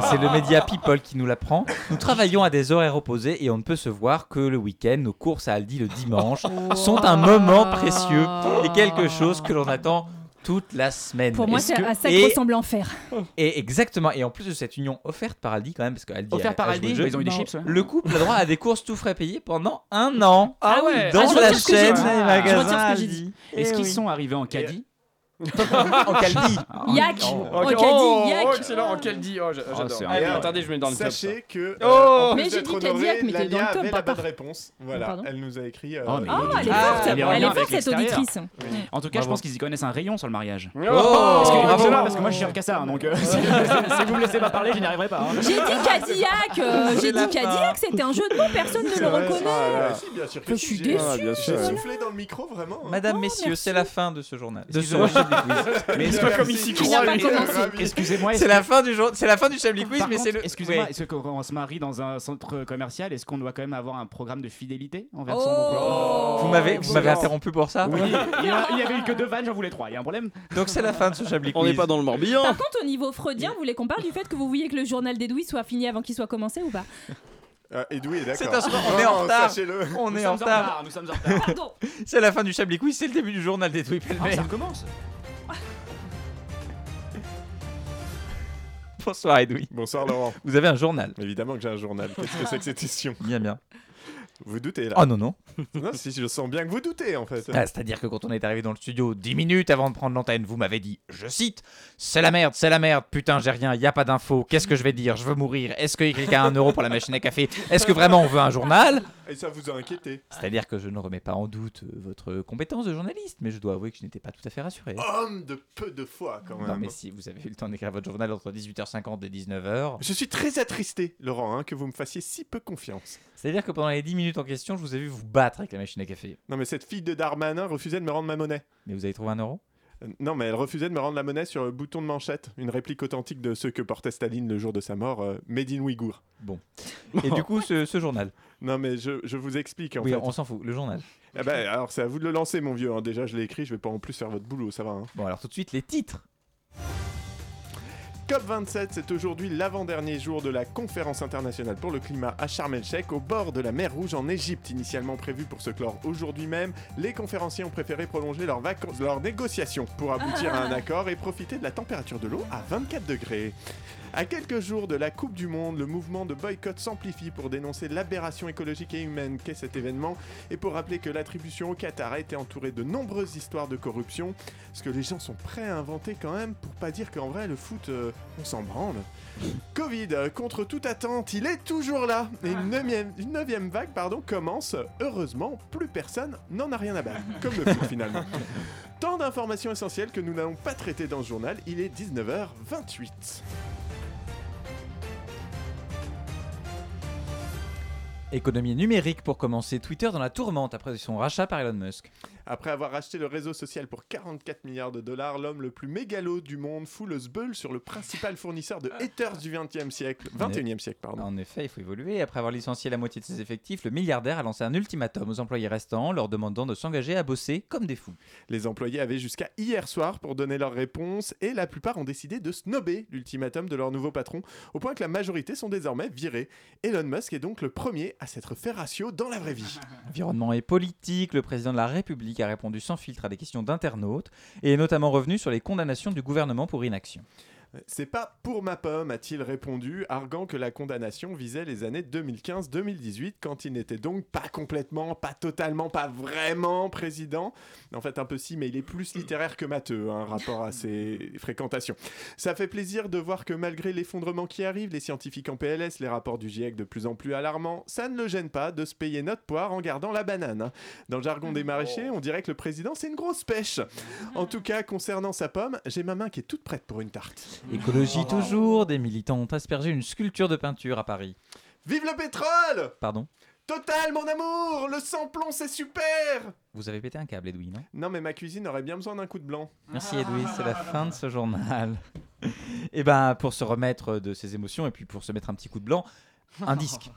C'est le média People qui nous l'apprend. Nous travaillons à des horaires opposés et on ne peut se voir que le week-end. Nos courses à Aldi le dimanche sont un moment précieux et quelque chose que l'on attend toute la semaine.
Oh. Pour moi,
Est-ce
c'est
que-
à ça
et-
que ressemble l'enfer.
et exactement. Et en plus de cette union offerte par Aldi, quand même, parce que Aldi
Offert
a-
par
a joué
Aldi,
le jeu,
ils ont eu des chips, ouais.
Le couple a droit à des courses tout frais payées pendant un an.
Ah ouais.
Dans
Ah, je
la
retire ce que j'ai
chaîne
dit.
des
Je
magasins
retire ce que j'ai
Aldi.
dit. Est-ce
Eh
qu'ils
oui.
sont arrivés en caddie
En Caldi.
Ah,
Yak
Oh,
En
ok.
Caldi,
Oh,
yak.
oh, excellent, en Caldi. Oh, j'a- j'adore.
c'est
Allez,
incroyable.
attendez, je mets dans le top.
Sachez
ça.
que. euh,
Oh
en
Mais
plus
j'ai
d'être
dit
honorée,
Cadillac, mais t'es dans
Lalia
le top,
avait la
par
bonne
contre.
réponse. Voilà,
Pardon
elle nous a écrit. euh,
Oh, mais il est
euh,
elle est
Ah,
bien.
forte.
Il est en
Elle est
lien
forte,
avec
cette
l'extérieur.
auditrice.
Oui. En tout cas, je
Bravo.
pense qu'ils y connaissent un rayon sur le mariage.
Oh
parce, que,
Bravo.
parce que moi, je suis qu'à ça, hein, donc euh, si, si vous me laissez pas parler, je n'y arriverai pas. hein.
J'ai dit Cadillac euh, J'ai dit Cadillac, c'était un jeu de mots, personne ne le reconnaît.
Ah,
Voilà.
si, bien sûr que
Je
si,
suis
j'ai-
déçue.
Ah, bien sûr.
J'ai soufflé dans le micro, vraiment. hein.
Madame, messieurs, c'est la fin de ce journal. De ce
Excusez-moi.
Chablis Quiz.
Mais
C'est
est-ce
pas
que-
comme il s'y
Qui n'a
croit,
pas
lui.
commencé
Ravi.
Excusez-moi, est-ce
C'est
que-
la fin du jour, c'est la fin du Chablis Quiz,
Par
mais c'est
contre,
le.
Excusez-moi,
Ouais.
est-ce que quand on se marie dans un centre commercial, est-ce qu'on doit quand même avoir un programme de fidélité envers son
Oh
Vous m'avez, vous m'avez
Excellent.
interrompu pour ça.
Oui, il y a- il y avait eu que deux vannes, j'en voulais trois. Il y a un problème
Donc c'est la fin de ce Chablis
On
Quiz.
n'est pas dans le Morbihan.
Par contre, au niveau freudien, vous voulez qu'on parle du fait que vous vouliez que le journal d'Edoui soit fini avant qu'il soit commencé ou pas
Ah, Edoui est
C'est
d'accord.
un sport, on est en
Non,
retard.
Sachez-le.
On
Nous
est
sommes
en retard.
Nous sommes en retard.
Pardon
C'est la fin du Chablis Quiz, c'est le début du journal des Twip
Ah, Ça recommence.
Bonsoir Edoui.
Bonsoir, Laurent.
Vous avez un journal.
Évidemment que j'ai un journal. Qu'est-ce que c'est que cette question
Bien, bien.
Vous doutez là
Oh non, non.
Non, si, je sens bien que vous doutez en fait.
Ah, C'est-à-dire que quand on est arrivé dans le studio 10 minutes avant de prendre l'antenne, vous m'avez dit, je cite, C'est la merde, c'est la merde, putain, j'ai rien, y a pas d'infos, qu'est-ce que je vais dire, je veux mourir, est-ce que quelqu'un a un euro pour la machine à café, est-ce que vraiment on veut un journal
Et ça vous a inquiété
C'est-à-dire que je ne remets pas en doute euh, votre compétence de journaliste, mais je dois avouer que je n'étais pas tout à fait rassuré.
Homme de peu de foi quand même.
non, mais si vous avez eu le temps d'écrire votre journal entre 18h50 et 19h,
Je suis très attristé, Laurent, hein, que vous me fassiez si peu confiance.
c'est-à-dire que pendant les 10 minutes en question, je vous ai vu vous battre avec la machine à café.
Non, mais cette fille de Darmanin refusait de me rendre ma monnaie.
Mais vous avez trouvé un euro
Euh, Non, mais elle refusait de me rendre la monnaie sur le bouton de manchette, une réplique authentique de ce que portait Staline le jour de sa mort, euh, Made in Ouïghour.
Et du coup, ce, ce journal.
Non, mais je, je vous explique en
oui,
fait.
on s'en fout, le journal.
Ah bah, alors, c'est à vous de le lancer, mon vieux. hein. Déjà, je l'ai écrit, je vais pas en plus faire votre boulot, ça va. hein.
Bon, alors tout de suite, les titres.
COP27, c'est aujourd'hui l'avant-dernier jour de la conférence internationale pour le climat à Sharm el-Sheikh, au bord de la mer Rouge en Égypte. Initialement prévue pour se clore aujourd'hui même, les conférenciers ont préféré prolonger leurs vacances- leurs négociations pour aboutir à un accord et profiter de la température de l'eau à 24 degrés. À quelques jours de la Coupe du Monde, le mouvement de boycott s'amplifie pour dénoncer l'aberration écologique et humaine qu'est cet événement et pour rappeler que l'attribution au Qatar a été entourée de nombreuses histoires de corruption, ce que les gens sont prêts à inventer quand même pour pas dire qu'en vrai le foot, euh, on s'en branle. Covid, euh, contre toute attente, il est toujours là et une neuvième, une neuvième vague pardon, commence. Heureusement, plus personne n'en a rien à battre, comme le foot finalement. Tant d'informations essentielles que nous n'allons pas traiter dans ce journal, il est 19h28.
Économie numérique pour commencer. Twitter dans la tourmente après son rachat par Elon Musk.
Après avoir racheté le réseau social pour 44 milliards de dollars, l'homme le plus mégalo du monde fout le zbeul sur le principal fournisseur de haters du 20e siècle, 21e siècle, pardon.
En effet, il faut évoluer. Après avoir licencié la moitié de ses effectifs, le milliardaire a lancé un ultimatum aux employés restants, leur demandant de s'engager à bosser comme des fous.
Les employés avaient jusqu'à hier soir pour donner leur réponse et la plupart ont décidé de snober l'ultimatum de leur nouveau patron, au point que la majorité sont désormais virés. Elon Musk est donc le premier à s'être fait ratio dans la vraie vie.
Environnement et politique, le président de la République a répondu sans filtre à des questions d'internautes et est notamment revenu sur les condamnations du gouvernement pour inaction.
C'est pas pour ma pomme, a-t-il répondu, arguant que la condamnation visait les années 2015-2018, quand il n'était donc pas complètement, pas totalement, pas vraiment président. En fait, un peu si, mais il est plus littéraire que matheux, hein, rapport à ses fréquentations. Ça fait plaisir de voir que malgré l'effondrement qui arrive, les scientifiques en PLS, les rapports du GIEC de plus en plus alarmants, ça ne le gêne pas de se payer notre poire en gardant la banane. hein. Dans le jargon des maraîchers, on dirait que le président, c'est une grosse pêche. En tout cas, concernant sa pomme, j'ai ma main qui est toute prête pour une tarte.
Écologie toujours, des militants ont aspergé une sculpture de peinture à Paris.
Vive le pétrole
Pardon
Total, mon amour Le samplon, c'est super
Vous avez pété un câble, Edoui, non
Non, mais ma cuisine aurait bien besoin d'un coup de blanc.
Merci Edoui, c'est la fin de ce journal. Et ben pour se remettre de ses émotions et puis pour se mettre un petit coup de blanc, un disque.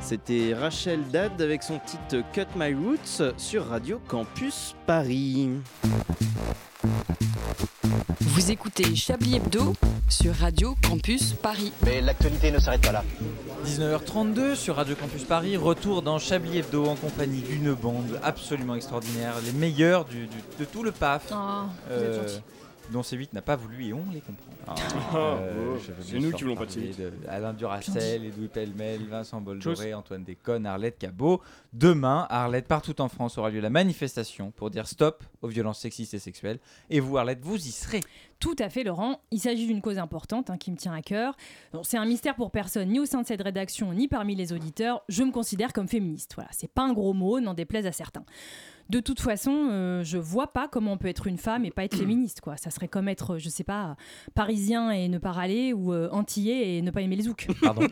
C'était Rachel Dad avec son titre Cut My Roots sur Radio Campus Paris.
Vous écoutez Chablis Hebdo sur Radio Campus Paris.
Mais l'actualité ne s'arrête pas là.
19h32 sur Radio Campus Paris, retour dans Chablis Hebdo en compagnie d'une bande absolument extraordinaire, les meilleurs du- du- de tout le PAF.
Ah, vous
Eh,
êtes
Euh,
gentils.
dont C8 n'a pas voulu et on les comprend. euh,
Ah, oh,
je veux
c'est
bien
nous
sûr
qui voulons pas de
parler
C8.
de Alain Duracel, Edoui Pellemel, Vincent
Tchuss.
Bolloré, Antoine Déconne, Arlette Cabot. Demain, à Arlette, partout en France, aura lieu la manifestation pour dire stop aux violences sexistes et sexuelles. Et vous, Arlette, vous y serez.
Tout à fait, Laurent. Il s'agit d'une cause importante hein, qui me tient à cœur. Bon, c'est un mystère pour personne, ni au sein de cette rédaction, ni parmi les auditeurs. Je me considère comme féministe. Voilà, c'est pas un gros mot, n'en déplaise à certains. De toute façon, euh, je vois pas comment on peut être une femme et pas être féministe. Quoi. Ça serait comme être, euh, je sais pas, parisien et ne pas râler ou euh, antillais et ne pas aimer les zouks.
Pardon.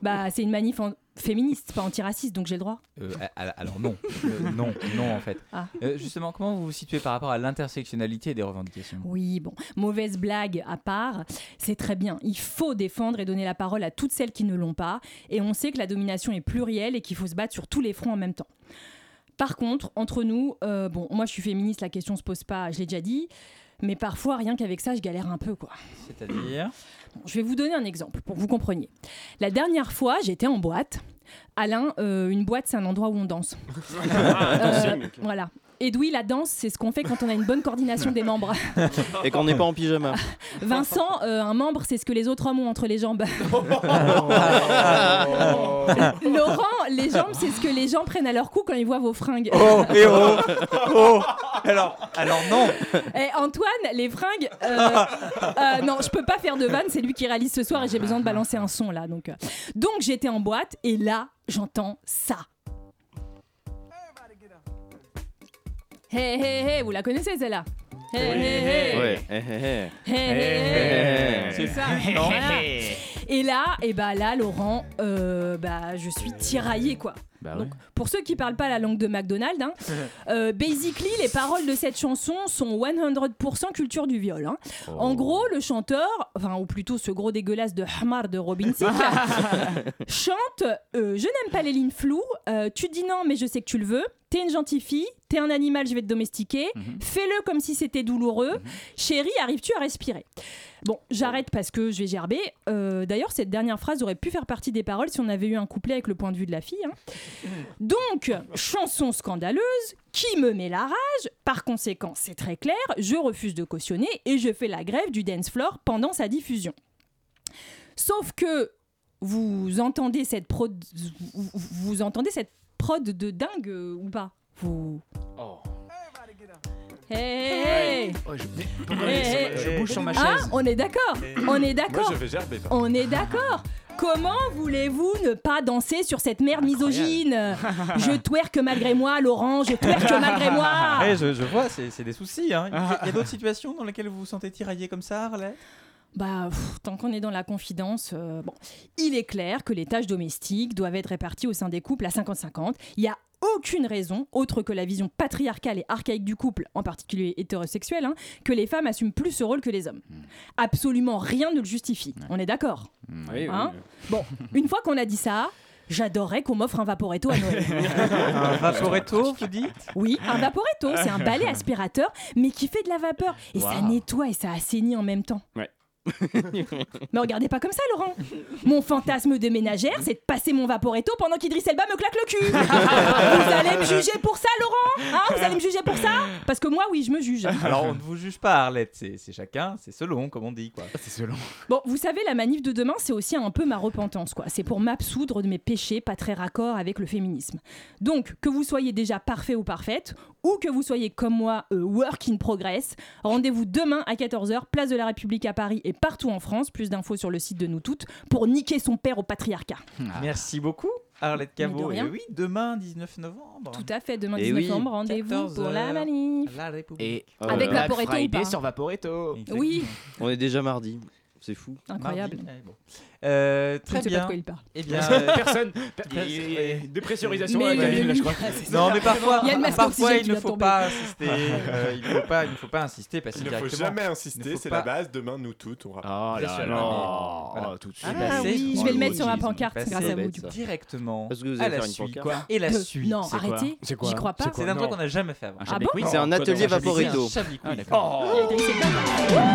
bah, c'est une manif en- féministe, pas antiraciste, donc j'ai le droit.
Euh, a- a- alors non, Euh, non, non en fait.
Ah.
Euh, justement, comment vous vous situez par rapport à l'intersectionnalité des revendications
Oui, bon, mauvaise blague à part, c'est très bien. Il faut défendre et donner la parole à toutes celles qui ne l'ont pas. Et on sait que la domination est plurielle et qu'il faut se battre sur tous les fronts en même temps. Par contre, entre nous, euh, bon, moi je suis féministe, la question se pose pas, je l'ai déjà dit. Mais parfois, rien qu'avec ça, je galère un peu, quoi.
C'est-à-dire
Bon, Je vais vous donner un exemple pour que vous compreniez. La dernière fois, j'étais en boîte. Alain, euh, une boîte, c'est un endroit où on danse. Euh,
Ah, ok.
voilà. Edoui, la danse, c'est ce qu'on fait quand on a une bonne coordination des membres.
Et qu'on n'est pas en pyjama.
Vincent, euh, un membre, c'est ce que les autres hommes ont entre les jambes. Laurent, les jambes, c'est ce que les gens prennent à leur cou quand ils voient vos fringues.
Oh, et oh, oh Alors, alors non
Et Antoine, les fringues. euh, euh, non, je peux pas faire de vanne, c'est lui qui réalise ce soir et j'ai besoin de balancer un son là. Donc, euh. donc j'étais en boîte et là, j'entends ça. Hey, hey, hey, vous la connaissez celle-là Hey, hey, hey.
Ouais. Eh, eh, eh.
Hey, hey,
Eh,
hey. C'est ça.
eh,
Non.
eh.
Et là, et bah là, Laurent, euh, bah je suis tiraillée quoi.
Bah
Donc, pour ceux qui parlent pas la langue de McDonald's, hein, euh, basically, les paroles de cette chanson sont 100% culture du viol. hein. En gros, le chanteur, enfin, ou plutôt ce gros dégueulasse de Hamar de Robin Thicke, chante euh, Je n'aime pas les lignes floues, euh, tu dis non, mais je sais que tu le veux, t'es une gentille fille, t'es un animal, je vais te domestiquer, fais-le comme si c'était douloureux, chérie, arrives-tu à respirer Bon, j'arrête parce que je vais gerber. Euh, D'ailleurs, cette dernière phrase aurait pu faire partie des paroles si on avait eu un couplet avec le point de vue de la fille. hein. Donc, chanson scandaleuse qui me met la rage. Par conséquent, c'est très clair, je refuse de cautionner et je fais la grève du dance floor pendant sa diffusion. Sauf que vous entendez cette prod, vous, vous entendez cette prod de dingue euh, ou pas Vous. Hey, hey, hey.
Oh, je,
Hey,
Eh,
hey.
je bouge sur ma
Ah,
chaise.
on est d'accord, on est d'accord.
Moi, je vais gerber, par contre.
On est d'accord. Comment voulez-vous ne pas danser sur cette merde misogyne Je twerk malgré moi, Laurent, je twerk malgré moi.
Eh, je, je vois, c'est c'est des soucis. hein. Il y
Ah.
a- il y a d'autres situations dans lesquelles vous vous sentez tiraillé comme ça, Arlette
Bah, pff, tant qu'on est dans la confidence, euh, bon, il est clair que les tâches domestiques doivent être réparties au sein des couples à 50-50. Il n'y a aucune raison, autre que la vision patriarcale et archaïque du couple, en particulier hétérosexuel, hein, que les femmes assument plus ce rôle que les
Hmm.
hommes. Absolument rien ne le justifie. On est d'accord
Hmm. Oui, oui,
Hein
oui.
Bon, une fois qu'on a dit ça, j'adorerais qu'on m'offre un vaporetto à Noël.
Un vaporetto, vous dites
Oui, un vaporetto, c'est un balai aspirateur, mais qui fait de la vapeur. Et ça
Wow.
nettoie et ça assainit en même temps.
Ouais.
Mais regardez pas comme ça, Laurent. Mon fantasme de ménagère, c'est de passer mon vaporetto pendant qu'Idriss Elba me claque le cul. vous allez me juger pour ça, Laurent Hein, Vous allez me juger pour ça Parce que moi, oui, je me juge.
Alors, on ne vous juge pas, Arlette. C'est c'est chacun, c'est selon, comme on dit. quoi. C'est selon.
Bon, vous savez, la manif de demain, c'est aussi un peu ma repentance, quoi. C'est pour m'absoudre de mes péchés pas très raccords avec le féminisme. Donc, que vous soyez déjà parfait ou parfaite, ou que vous soyez comme moi, euh, work in progress, rendez-vous demain à 14h, place de la République à Paris et partout en France, plus d'infos sur le site de Nous Toutes, pour niquer son père au patriarcat.
Merci beaucoup, Arlette
Mais de
Cabot. Et
rien.
oui, demain, 19 novembre.
Tout à fait, demain
Eh
19
oui.
novembre, rendez-vous pour la
14h.
manif.
Ah
euh,
La République.
Avec Vaporetto ou pas
sur Vaporetto.
Oui.
On est déjà mardi. C'est fou.
Incroyable.
Mardi. Ouais, bon. Euh,
Je
très
ne sais pas
bien.
de quoi il parle.
Eh bien,
Personne-
per-
Il y a- il y a
euh,
dépressurisation à la cabine, là, je crois. Ah, c'est
non,
ça.
mais parfois,
Il y a une masse
parfois
d'oxygène
il
qui
ne
va
faut
tomber.
pas insister. euh, il ne faut pas, il ne faut pas insister parce que
Il ne faut
directement,
jamais
il ne
insister,
faut
c'est
pas-
la base. Demain, nous toutes, on rappelle.
Ah
là là. Voilà.
tout de
Ah bah, c'est-
oui, je vais le mettre sur la pancarte, c'est grâce à vous. du coup.
Directement
Parce que vous
à
allez
Ah, la
faire une
suite.
pancarte.
Et la
Euh,
suite.
non, C'est quoi arrêtez, C'est quoi j'y crois pas. C'est quoi
C'est un
Non.
truc qu'on n'a jamais fait avant.
Un Ah bon chablis-quiz C'est un atelier vaporito.
C'est un chablis-quiz.
Ah, d'accord.
Oh.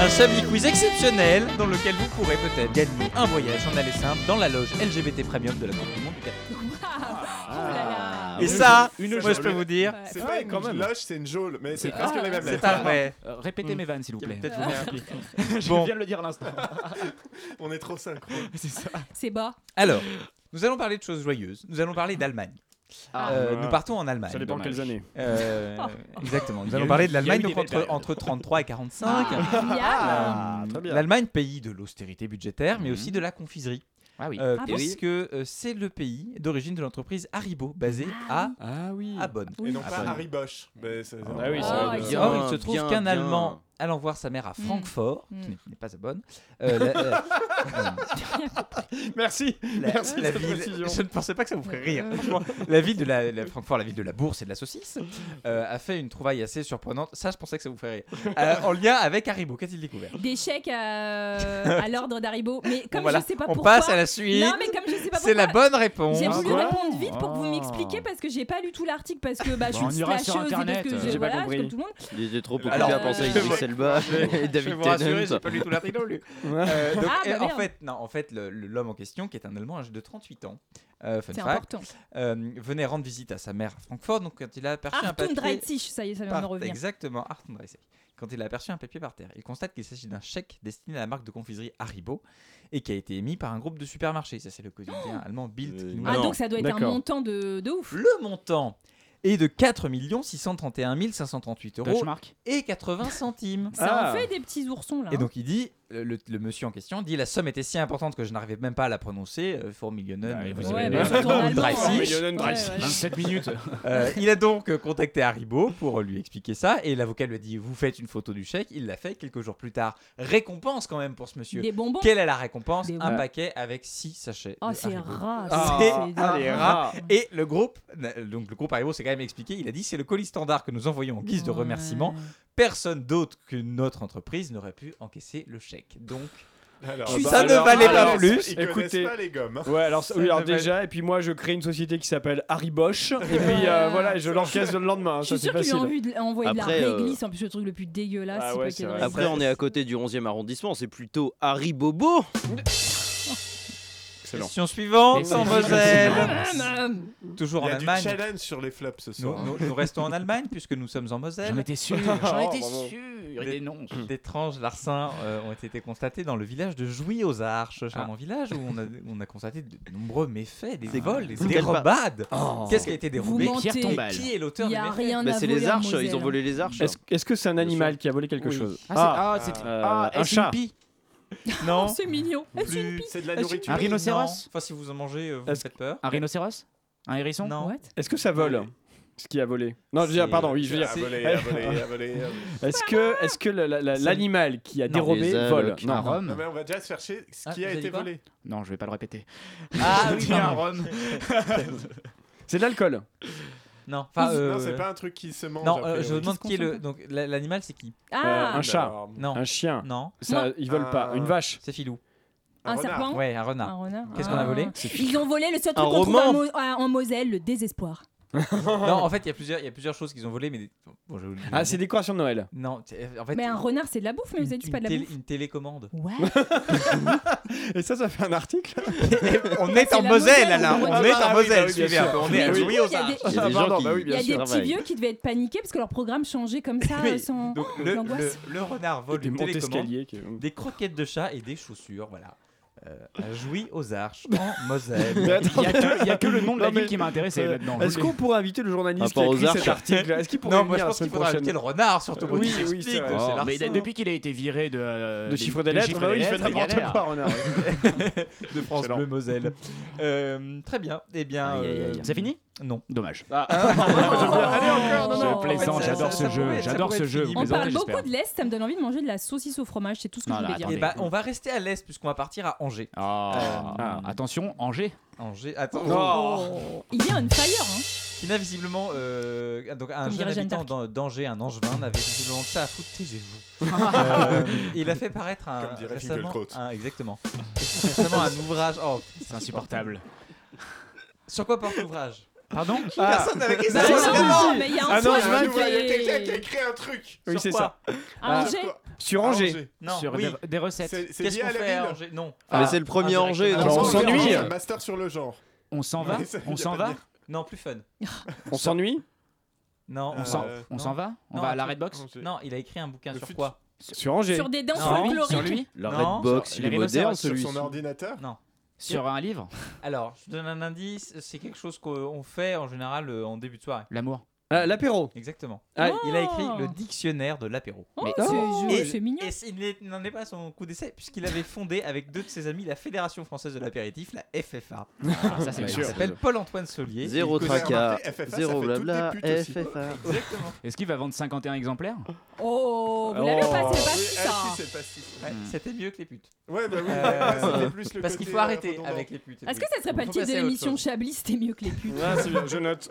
Un chablis quiz exceptionnel dans lequel vous pourrez peut-être gagner un voyage en aller simple dans la loge LGBT Premium de la Coupe du Monde du Qatar. Et ça, moi je peux vous dire.
C'est pas une loge, c'est une geôle, mais c'est presque les mêmes
C'est pas vrai.
Euh,
répétez mes vannes, s'il vous plaît.
Je Bon. viens
de le dire à l'instant. On est trop synchro. C'est ça.
C'est bas.
Alors, nous allons parler de choses joyeuses. Nous allons parler d'Allemagne.
Ah.
Euh,
Ah.
nous partons en Allemagne.
Ça dépend
Dommage.
quelles années.
Euh, exactement.
Il y
Nous
a
allons
eu-
parler de
il y a eu
l'Allemagne
des
donc
belles périodes.
entre, entre 33 et 45.
Ah, génial.
Ah,
Très bien. Mhm.
L'Allemagne, pays de l'austérité budgétaire, mais aussi de la confiserie.
Ah oui.
Euh,
Ah bon
parce que euh, c'est le pays d'origine de l'entreprise Haribo, basée à, à Bonn.
Et non
À
pas
Bonn.
Harry Bosch. Mais c'est-
Ah
Oh,
oui,
Or, il se- or, Oh, il se trouve
bien,
qu'un
bien.
Allemand allant voir sa mère à
Mm.
Francfort,
Mm.
qui n'est- qui n'est pas à Bonn, euh, la- la-
Merci.
la-
Merci de
la
cette
ville-
précision.
je ne pensais pas que ça vous ferait rire.
Euh.
franchement. la ville de la, la Francfort, la ville de la bourse et de la saucisse, euh, a fait une trouvaille assez surprenante. Ça, je pensais que ça vous ferait rire. Euh, en lien avec Haribo, qu'a-t-il découvert
Des chèques euh, à, à l'ordre d'Haribo. Mais comme
voilà,
je sais pas
on
pourquoi.
passe à la suite.
Non, mais comme je sais pas
C'est la
pourquoi,
bonne réponse.
J'ai voulu
Quoi
répondre vite pour que vous
Ah.
m'expliquiez parce que j'ai pas lu tout l'article parce que bah,
Bah,
je suis
on
une
ira sur
slasheuse et parce
Internet,
que
euh,
je-
j'ai pas
voilà, je
compris.
suis comme tout le monde.
Il était trop occupé
Alors,
à penser à
euh,
Idriss
je-
Elba
je vais-
et David
Je vais vous rassurer,
Tennant.
j'ai pas lu tout l'article non plus. Euh, donc,
Ah, bah
et en
merde.
fait, non, en fait, le- le- l'homme en question, qui est un Allemand âgé de 38 ans, euh, fun
C'est
fact,
important.
euh, venait rendre visite à sa mère à Francfort. Donc, quand il a aperçu un
Arthur
papier,
Dreitich, ça y est, ça vient de
par-
me revenir.
Exactement, Arthur Dreitich. Quand il a aperçu un papier par terre, il constate qu'il s'agit d'un chèque destiné à la marque de confiserie Haribo et qui a été émis par un groupe de supermarchés. Ça, c'est le quotidien allemand Bild.
Euh,
qui nous
Ah,
l'a-
donc ça doit être un
D'accord.
montant de, de ouf.
Le montant est de 4 631 538 euros
Deutschmark.
et 80 centimes.
Ah.
Ça en fait des petits oursons là.
Et
hein.
donc il dit, le, le- le monsieur en question dit, la somme était si importante que je n'arrivais même pas à la prononcer, euh, Four Millionen, euh,
hein.
vous
euh,
savez,
euh,
mais
euh,
bah,
surtout en
euh,
allemand,
Dreissig.
Four Millionen Ouais, Dreissig. ouais. 27 minutes.
Euh, il a donc euh, contacté Haribo pour lui expliquer ça, et l'avocat lui a dit, vous faites une photo du chèque, il l'a fait quelques jours plus tard. Récompense quand même pour ce monsieur.
Des bonbons.
Quelle est la récompense
Des
Un
bonbons.
paquet avec 6 sachets.
Oh,
de
c'est
Haribo.
rare,
Ah, C'est
ça, Ah, c'est
un
des
rat.
rats.
Et le groupe, donc le groupe Haribo s'est quand même expliqué, il a dit, c'est le colis standard que nous envoyons en guise de remerciement. Personne d'autre que notre entreprise n'aurait pu encaisser le chèque. Donc,
Alors,
ça ne valait pas plus.
Écoutez, pas les gommes. hein.
Ouais, alors,
Ça
oui, alors
ne valait-
déjà, et puis moi je crée une société qui s'appelle Harry Bosch, et puis euh, voilà, et je l'encaisse le
Ah,
lendemain.
Je
Ça,
suis
c'est
sûr que lui
facile.
a envie de envoyer de la
Après, euh,
réglisse, en plus le truc le plus dégueulasse.
Ah
c'est
ouais,
pas qu'il y a dans les
Après, on est à côté du 11e arrondissement, c'est plutôt Harry Bobo. Excellent.
Question suivante, en Moselle. Toujours en
Il y a
Allemagne.
du challenge sur les flops ce
Nous,
soir.
nous- nous restons en Allemagne puisque nous sommes en Moselle.
J'en étais sûr, j'en étais sûr, il dénonce.
D'étranges larcins euh, ont été constatés dans le village de Jouy aux Arches, charmant village où on a, on a constaté de nombreux méfaits, des
C'est-
vols, des
c'est quelle part-
dérobades.
Oh.
Qu'est-ce qui a été
Vous
dérobé
mentez.
Et Qui est l'auteur
Il y
des
a
méfaits
rien Bah, à c'est les
hein,
voler en arches, ils Moselle. ont volé les arches.
Est-ce est-ce que c'est un animal qui a volé quelque
Oui.
chose
Ah, c'est- ah, c'était-
euh,
ah,
un
est-ce
chat.
une pie Non.
Oh, C'est mignon. Est-ce une
Plus-
pie
C'est de
la
Est-ce une
nourriture.
pie
Un rhinocéros
Non. Enfin, si vous en mangez, euh, vous faites peur.
Un rhinocéros Un hérisson
Non.
Est-ce que ça vole Ce qui a volé Non, je veux
C'est-
dire, pardon, oui, je veux dire.
À voler, à voler, à voler.
Est-ce que, est-ce que la- la- la- l'animal qui a dérobé vole
Un rhum
Non, mais on va déjà se faire chier ce
Ah,
qui a
vous avez
été
quoi
volé.
Non, je vais pas le répéter.
Ah
oui, un rhum.
C'est de l'alcool.
Non, enfin,
Non,
euh,
c'est pas un truc qui se mange, a
Non, euh,
priori.
je me demande
Qui se
qui est le.
consomme
Donc, la- l'animal, c'est qui
Ah. Euh,
un chat.
Non.
Un chien.
Non.
Ça, Moi. ils volent pas. Une vache.
C'est filou.
Un Un renard. serpent
Ouais, un renard.
Un renard.
Qu'est-ce qu'on a
Ah.
volé
Ils ont volé le seul
Un
truc qu'on trouve en,
roman.
Mo- à- en Moselle, le désespoir.
Non, en fait, il y a plusieurs, il y a plusieurs choses qu'ils ont volées, mais des- bon, je vais vous le dire.
Ah, c'est des décorations de Noël.
Non, c'est- en fait.
mais un renard, c'est de la bouffe, mais vous avez dit c'est pas de la
télé-
bouffe.
une télécommande.
Ouais.
Et ça, ça fait un article
on est en
la
Moselle,
Moselle, on
Alain. On
voit
est
pas. Ah
en
oui, bah
Moselle.
oui,
Suivez
bien
un
sûr.
peu. On
Mais
est à
oui,
Jouy
il y a
aux
des-
Arches.
il y a des gens Pardon, qui- bah oui,
Il y a des petits vieux qui devaient être paniqués parce que leur programme changeait comme ça euh,
Oui,
sans
donc le,
l'angoisse.
le- le renard vole
Des
une
montes
télécommande,
escaliers qui-
des croquettes de chat et des chaussures, voilà. Euh, a joui aux arches en Moselle.
Mais attends, Il y a que- il y a que le nom de la ville qui m'a intéressé
euh,
là-dedans, je
Est-ce
vous
qu'on
le dis.
pourrait inviter le journaliste qui
Rapport
a
aux
écrit cet
arches.
article Est-ce qu'il pourrait
Non, moi,
venir
je
la
pense
semaine
qu'il faudra
prochaine
inviter le renard, surtout,
Euh,
pour
Oui,
qu'il
oui,
s'explique,
c'est vrai.
donc c'est
Mais
larcin.
d-
Depuis qu'il a été viré de. euh,
De
du-
chiffre des
du
lettres,
chiffre
bah oui,
des
il fait
lettres,
n'importe
galère.
quoi, Renard,
de France
Excellent.
Bleu Moselle. Euh, très bien. Eh bien,
Aïe, aïe, aïe. C'est fini
Non.
Dommage.
non, non.
Je plaisante,
En fait, ça-
j'adore
ça-
ce
ça pourrait-
jeu,
ça
j'adore
pourrait
ce
être
jeu.
fini.
vous
On parle
plaisantez,
beaucoup
j'espère.
de l'Est, ça me donne envie de manger de la saucisse au fromage, c'est tout ce que
Non,
je
non,
Ah,
voulais
Eh
dire.
ben, on va rester à l'Est, puisqu'on va partir à Angers.
Ah. Attention, Angers.
Angers, attends.
Oh.
Il y a un fire, hein.
Qui n'a visiblement. euh, donc, un
Comme
jeune
dirait Jeanne
habitant d'An- d'Angers, un angevin, n'avait visiblement que ça à foutre. Taisez-vous. Euh, il a fait paraître un.
Comme dirait
récemment,
Finkielkraut.
un- Exactement. récemment, un ouvrage. Oh,
C'est insupportable.
Sur quoi porte l'ouvrage
Pardon
Ah,
Personne n'avait question.
Bah mais il y a un
Ah non,
soir
je vais
qui
inviter-
est-
Quelqu'un qui a écrit un truc
Oui,
Sur
c'est
quoi
ça.
À
Ah.
Bah,
Angers
Sur
À
Angers
Angers. Non, Sur oui. des- des recettes. C'est- c'est
Qu'est-ce
lié
qu'on
à la
fait à
ville.
Angers Non.
Ah, mais c'est le premier
Ah,
Angers,
d'accord.
non
On
On
s'ennuie
s'ennuie.
Master sur le genre.
On s'en va
Ouais, ça,
Hein On
y a
s'en
pas de
va
lien.
Non, plus fun.
On s'ennuie
Non,
Ah,
On s'en- on
Euh, non.
s'en va On
Non,
va à
attends.
la Redbox
Non, il a écrit un bouquin
Le
sur
fut-
quoi
Sur Angers.
Sur des danses
Non.
folkloriques.
Sur lui
La
Non.
Redbox,
Sur-
il
les
est moderne
rhinocéros, sur
celui-ci.
Son ordinateur
Non.
Sur un livre
Alors, je te donne un indice, c'est quelque chose qu'on fait en général euh, en début de soirée.
L'amour.
Ah, L'apéro.
Exactement.
Ah.
Il a écrit le dictionnaire de l'apéro.
Oh,
Mais-
c'est-
Oh.
je-
Et-
c'est mignon.
Et il n'est- n'en est pas à son coup d'essai, puisqu'il avait fondé avec deux de ses amis la Fédération Française de l'Apéritif, la FFA.
Ah, ça, c'est
Il
sûr.
s'appelle Paul-Antoine Solier.
Zéro
Il connaît-
tracas,
remarqué, FFA, ça
zéro
fait toutes les
blabla,
putes aussi.
FFA.
Exactement.
Est-ce qu'il va vendre 51 exemplaires
Oh, vous l'avez
Oh.
pas, hein. c'est pas
Oui,
ça.
ah, si, c'est pas si.
Ouais,
Hmm.
C'était mieux que les putes.
Ouais, bah oui,
Euh,
c'était plus le
Parce qu'il
côté,
faut
euh,
arrêter
redondant.
avec les putes.
Est-ce que ça serait pas le
Faut
titre de
passer à autre
l'émission
chose.
Chablis, c'était mieux que les putes
Ah, c'est bien, je note.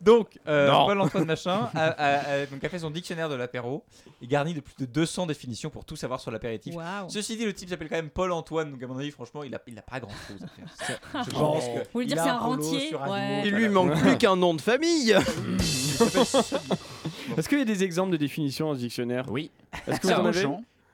Donc, euh,
Non.
Paul-Antoine Machin a, a- a- donc a fait son dictionnaire de l'apéro et garni de plus de 200 définitions pour tout savoir sur l'apéritif.
Waouh.
Ceci dit, le type s'appelle quand même Paul-Antoine, donc à mon avis, franchement, il n'a il a pas grand-chose à faire. C'est- Je
Oh.
pense que.
Vous voulez
il
dire
a
c'est un
polo
rentier
sur un
Ouais.
humour,
Il
voilà.
lui manque plus qu'un nom de famille.
Est-ce qu'il y a des exemples de définitions dans ce
Oh.
dictionnaire
Oui. hein.
Est-ce que vous en avez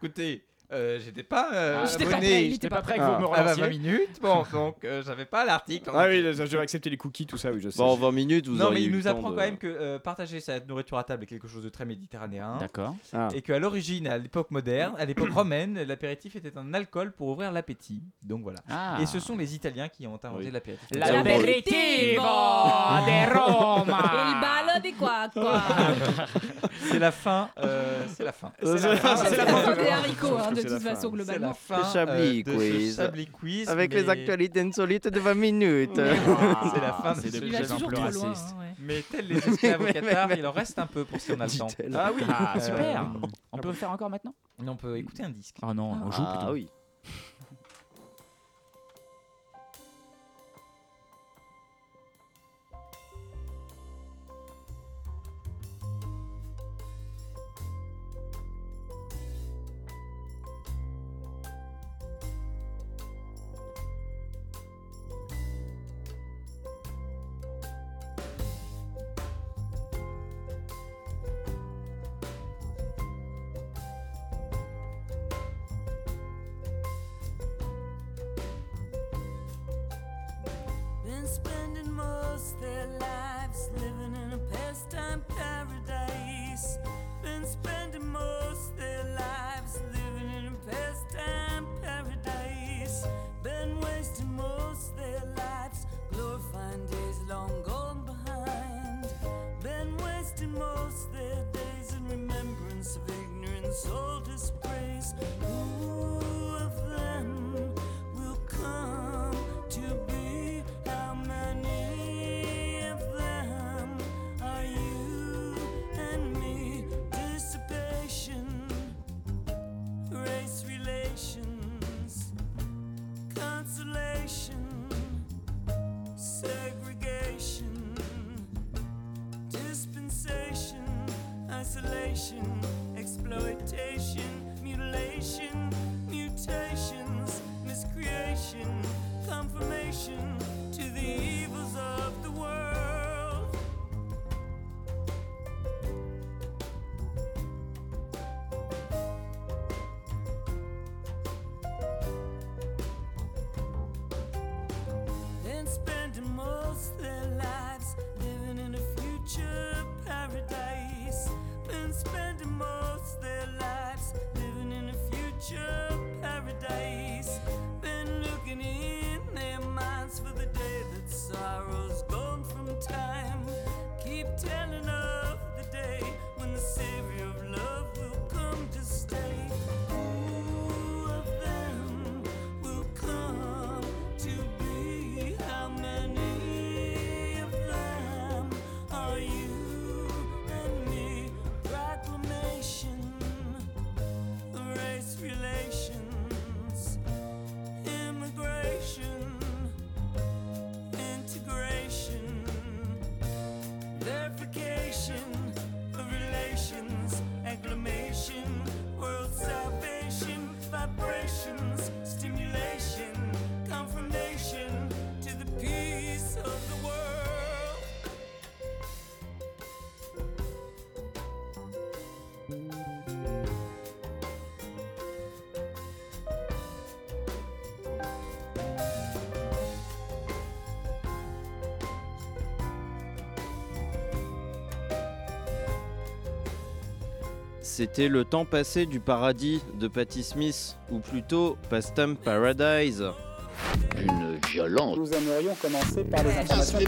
Écoutez, euh, j'étais pas. euh,
Ah, j'étais pas
abonné,
prêt, il
j'étais
était
pas
pas
prêt
prêt.
que vous me
Ah,
relanciez. 20 bah, minutes, bon, donc euh, j'avais pas l'article.
Ah oui, je vais accepter les cookies, tout ça, oui, je sais.
Bon, en 20 minutes, vous
Non, mais
auriez
il
eu
nous
le temps
apprend
de-
quand même que euh, partager sa nourriture à table est quelque chose de très méditerranéen.
D'accord.
Ah.
Et qu'à l'origine, à l'époque moderne, à l'époque romaine, l'apéritif était un alcool pour ouvrir l'appétit. Donc voilà.
Ah.
Et ce sont les Italiens qui ont inventé l'apéritif.
L'aperitivo
de Il
Roma
ballo di quoi, quoi.
Ah, C'est la fin. euh, c'est la fin.
Euh, c'est-
C'est la fin des haricots, hein,
que
de
c'est la
toute
fin.
façon,
C'est la
globalement.
fin.
Le Chablis
euh, de ce
quiz.
Chablis quiz.
Avec les
mais-
actualités Ah, insolites de 20 minutes.
C'est la fin de
C'est
ce
de
Il
jeu.
va
plus en
toujours
plus
trop loin.
raciste.
hein, ouais.
Mais tel les esclaves au
Mais- mais-
Qatar, il en reste un peu pour si on a le temps.
Dit-elle.
Ah oui Ah,
Euh,
super On peut le faire encore maintenant
Mais on peut écouter un disque.
Ah non, on joue
Ah
plutôt.
oui.
Been spending most their lives living in a pastime paradise. Been spending most their lives living in a pastime paradise. Been wasting most their lives glorifying days long gone behind. Been wasting most their days in remembrance of ignorance, all dispraise. Who of them will come to be? How many of them are you and me? Dissipation, race relations, consolation, segregation, dispensation, isolation, exploitation, mutilation, mutations, miscreation, confirmation to the evils of the world. Been spending most their lives living in a future paradise. Been spending
C'était le temps passé du paradis de Patti Smith, ou plutôt Pastam Paradise. Une violente.
Nous aimerions commencer par les informations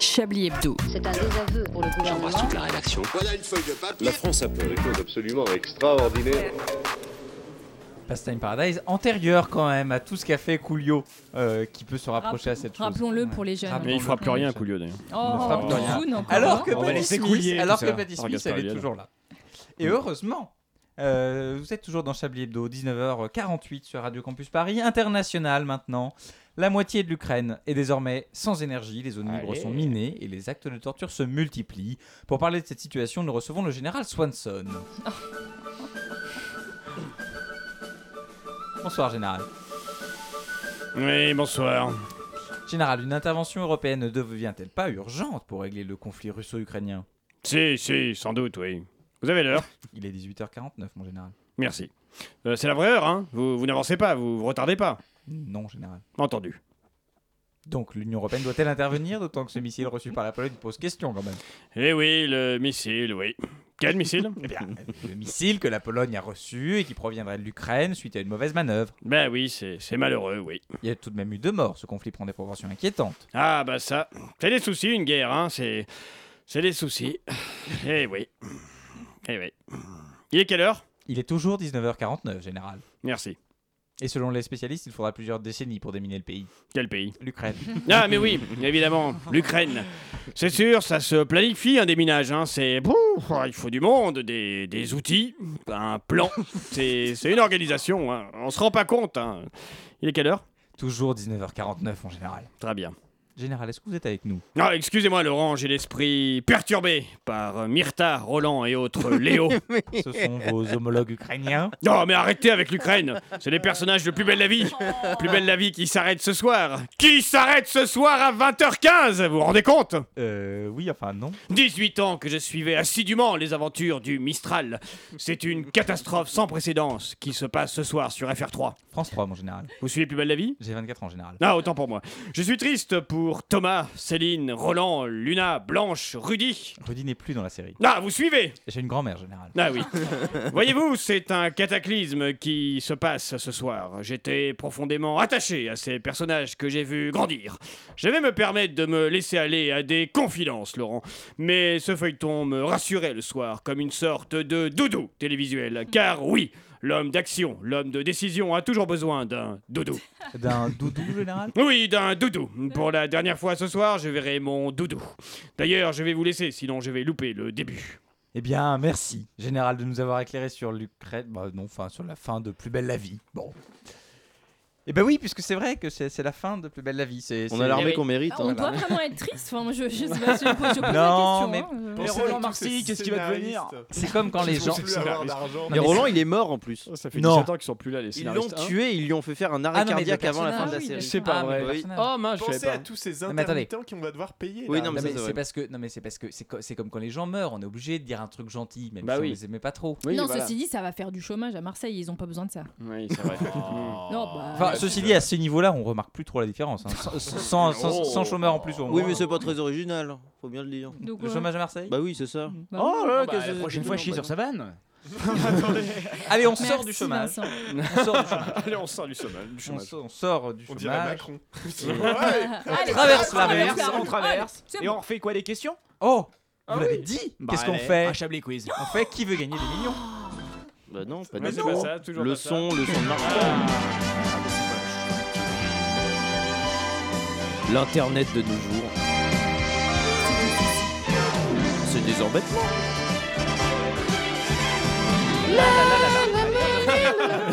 Chablis Hebdo.
C'est un désaveu pour le gouvernement.
toute la rédaction. Voilà une feuille de papier. La France a fait des choses absolument extraordinaires.
Pastime Paradise antérieur quand même à tout ce qu'a fait Coolio euh, qui peut se rapprocher à cette chose.
Rappelons-le pour les jeunes.
Mais il fera plus
Ah,
rien, Coolio d'ailleurs.
Oh,
Ne frappe plus
on
rien.
zoune encore,
Alors que
hein. On va
Patti
laisser
Smith,
couler,
alors
tout
que
ça.
Patti
Oh,
Smith,
Gaspard
elle est
Liel.
toujours là. Et heureusement, euh, vous êtes toujours dans Chablis Hebdo, 19h48 sur Radio Campus Paris, international maintenant. La moitié de l'Ukraine est désormais sans énergie, les zones libres
Allez.
sont minées et les actes de torture se multiplient. Pour parler de cette situation, nous recevons le général Swanson. Bonsoir général.
Oui, bonsoir.
Général, une intervention européenne ne devient-elle pas urgente pour régler le conflit russo-ukrainien
Si, si, sans doute, oui. Vous avez l'heure.
Il est 18h49, mon général.
Merci. Euh, c'est la vraie heure, hein Vous, vous n'avancez pas, vous, vous retardez pas.
Non, général.
Entendu.
Donc l'Union européenne doit-elle intervenir, d'autant que ce missile reçu par la Pologne pose question quand même
Eh oui, le missile, oui. Quel missile
Eh bien, le missile que la Pologne a reçu et qui proviendrait de l'Ukraine suite à une mauvaise manœuvre.
Ben oui, c'est c'est malheureux, oui.
Il y a tout de même eu deux morts, ce conflit prend des proportions inquiétantes.
Ah bah ça, c'est des soucis une guerre, hein, c'est... C'est des soucis. Eh oui. Eh oui. Il est quelle heure
Il est toujours 19h49, général.
Merci.
Et selon les spécialistes, il faudra plusieurs décennies pour déminer le pays.
Quel pays
L'Ukraine.
Ah mais oui, évidemment, l'Ukraine. C'est sûr, ça se planifie un déminage, hein, c'est... Bouh, Il faut du monde, des, des outils, un plan. C'est c'est une organisation, hein. on se rend pas compte. hein. Il est quelle heure
Toujours 19h49 en général.
Très bien.
Général, est-ce que vous êtes avec nous
Ah, excusez-moi Laurent, j'ai l'esprit perturbé par euh, Myrta, Roland et autres Léo.
Ce sont vos homologues ukrainiens.
Non, mais arrêtez avec l'Ukraine. C'est les personnages de Plus belle la vie. Plus belle la vie qui s'arrête ce soir. Qui s'arrête ce soir à 20h15 Vous vous rendez compte
Euh, oui, enfin non.
18 ans que je suivais assidûment les aventures du Mistral. C'est une catastrophe sans précédent qui se passe ce soir sur FR3.
France 3, mon général.
Vous suivez Plus belle la vie
J'ai 24 ans, général.
ah, autant pour moi. Je suis triste pour Thomas, Céline, Roland, Luna, Blanche, Rudy.
Rudy n'est plus dans la série.
Ah, vous suivez
J'ai une grand-mère, général.
Ah oui. Voyez-vous, c'est un cataclysme qui se passe ce soir. J'étais profondément attaché à ces personnages que j'ai vus grandir. Je vais me permettre de me laisser aller à des confidences, Laurent. Mais ce feuilleton me rassurait le soir comme une sorte de doudou télévisuel. Car oui, l'homme d'action, l'homme de décision a toujours besoin d'un doudou.
D'un doudou, général
Oui, d'un doudou. Pour la dernière fois ce soir, je verrai mon doudou. D'ailleurs, je vais vous laisser, sinon je vais louper le début.
Eh bien, merci, Général, de nous avoir éclairé sur l'Ukraine. Bah, non, enfin, sur la fin de Plus Belle la Vie. Bon. Eh ben oui, puisque c'est vrai que c'est c'est la fin de Plus Belle la Vie. c'est-
On
c'est-
a l'armée qu'on mérite.
Ah, on
hein.
doit vraiment être triste. Enfin, moi, je, je, sais pas, je, je pose la
Non,
question.
mais-
hein.
mais Roland Marcy, qu'est-ce qu'il va devenir C'est comme quand les gens.
Et Roland, il est mort en plus.
Ça
fait
Non.
17 ans qu'ils sont plus là, les
Ils l'ont
scénaristes, hein.
tué, ils lui ont fait faire un arrêt
Ah non, mais le
cardiaque avant la fin de la
personnage,
série.
oui, C'est pas
Ah, mais le
vrai.
personnage.
Oh, mince, je savais
Pensez
pas.
à tous ces
Non, mais attendez.
intermittents qu'on va devoir payer.
Oui,
là.
non, mais ça,
Non, mais
c'est
c'est
vrai.
parce que non mais c'est parce que c'est co- c'est comme quand les gens meurent, on est obligé de dire un truc gentil même
Bah
si
oui.
on les aimait pas trop.
Euh, non, ceci dit, ça va faire du chômage à Marseille. Ils ont pas besoin de ça.
Oui, c'est vrai.
Non, bah.
Oh. Enfin, ceci dit, à ce niveau-là, on remarque plus trop la différence. hein. Sans, sans- sans- sans chômeur en plus, au
Oui,
moins.
mais c'est pas très original, faut bien le dire.
Donc,
Le
ouais.
chômage hein. à Marseille
Bah oui, c'est ça.
Bah,
oh là là,
bah,
qu'est-ce
la
que-
prochaine fois, chie sur sa vanne.
Allez, on sort
Merci,
du chômage.
Vincent.
On sort du chômage.
Allez, on sort du chômage. du
On
chômage.
sort- on sort du
On dirait
chômage.
Macron.
Allez,
On traverse
on
la
traverse
rue.
la rue. Ah,
On traverse.
Allez, c'est
Et
bon.
on refait quoi des questions
Oh
Ah
Vous
oui.
l'avez dit
Bah,
Qu'est-ce qu'on
allez,
fait
Un Chablis quiz.
On fait qui veut gagner des millions
Bah non, pas
Mais
du
c'est
tout.
pas ça, toujours
Le
pas ça.
son, le son de
Ah,
Marc. L'internet de nos jours. C'est des embêtements.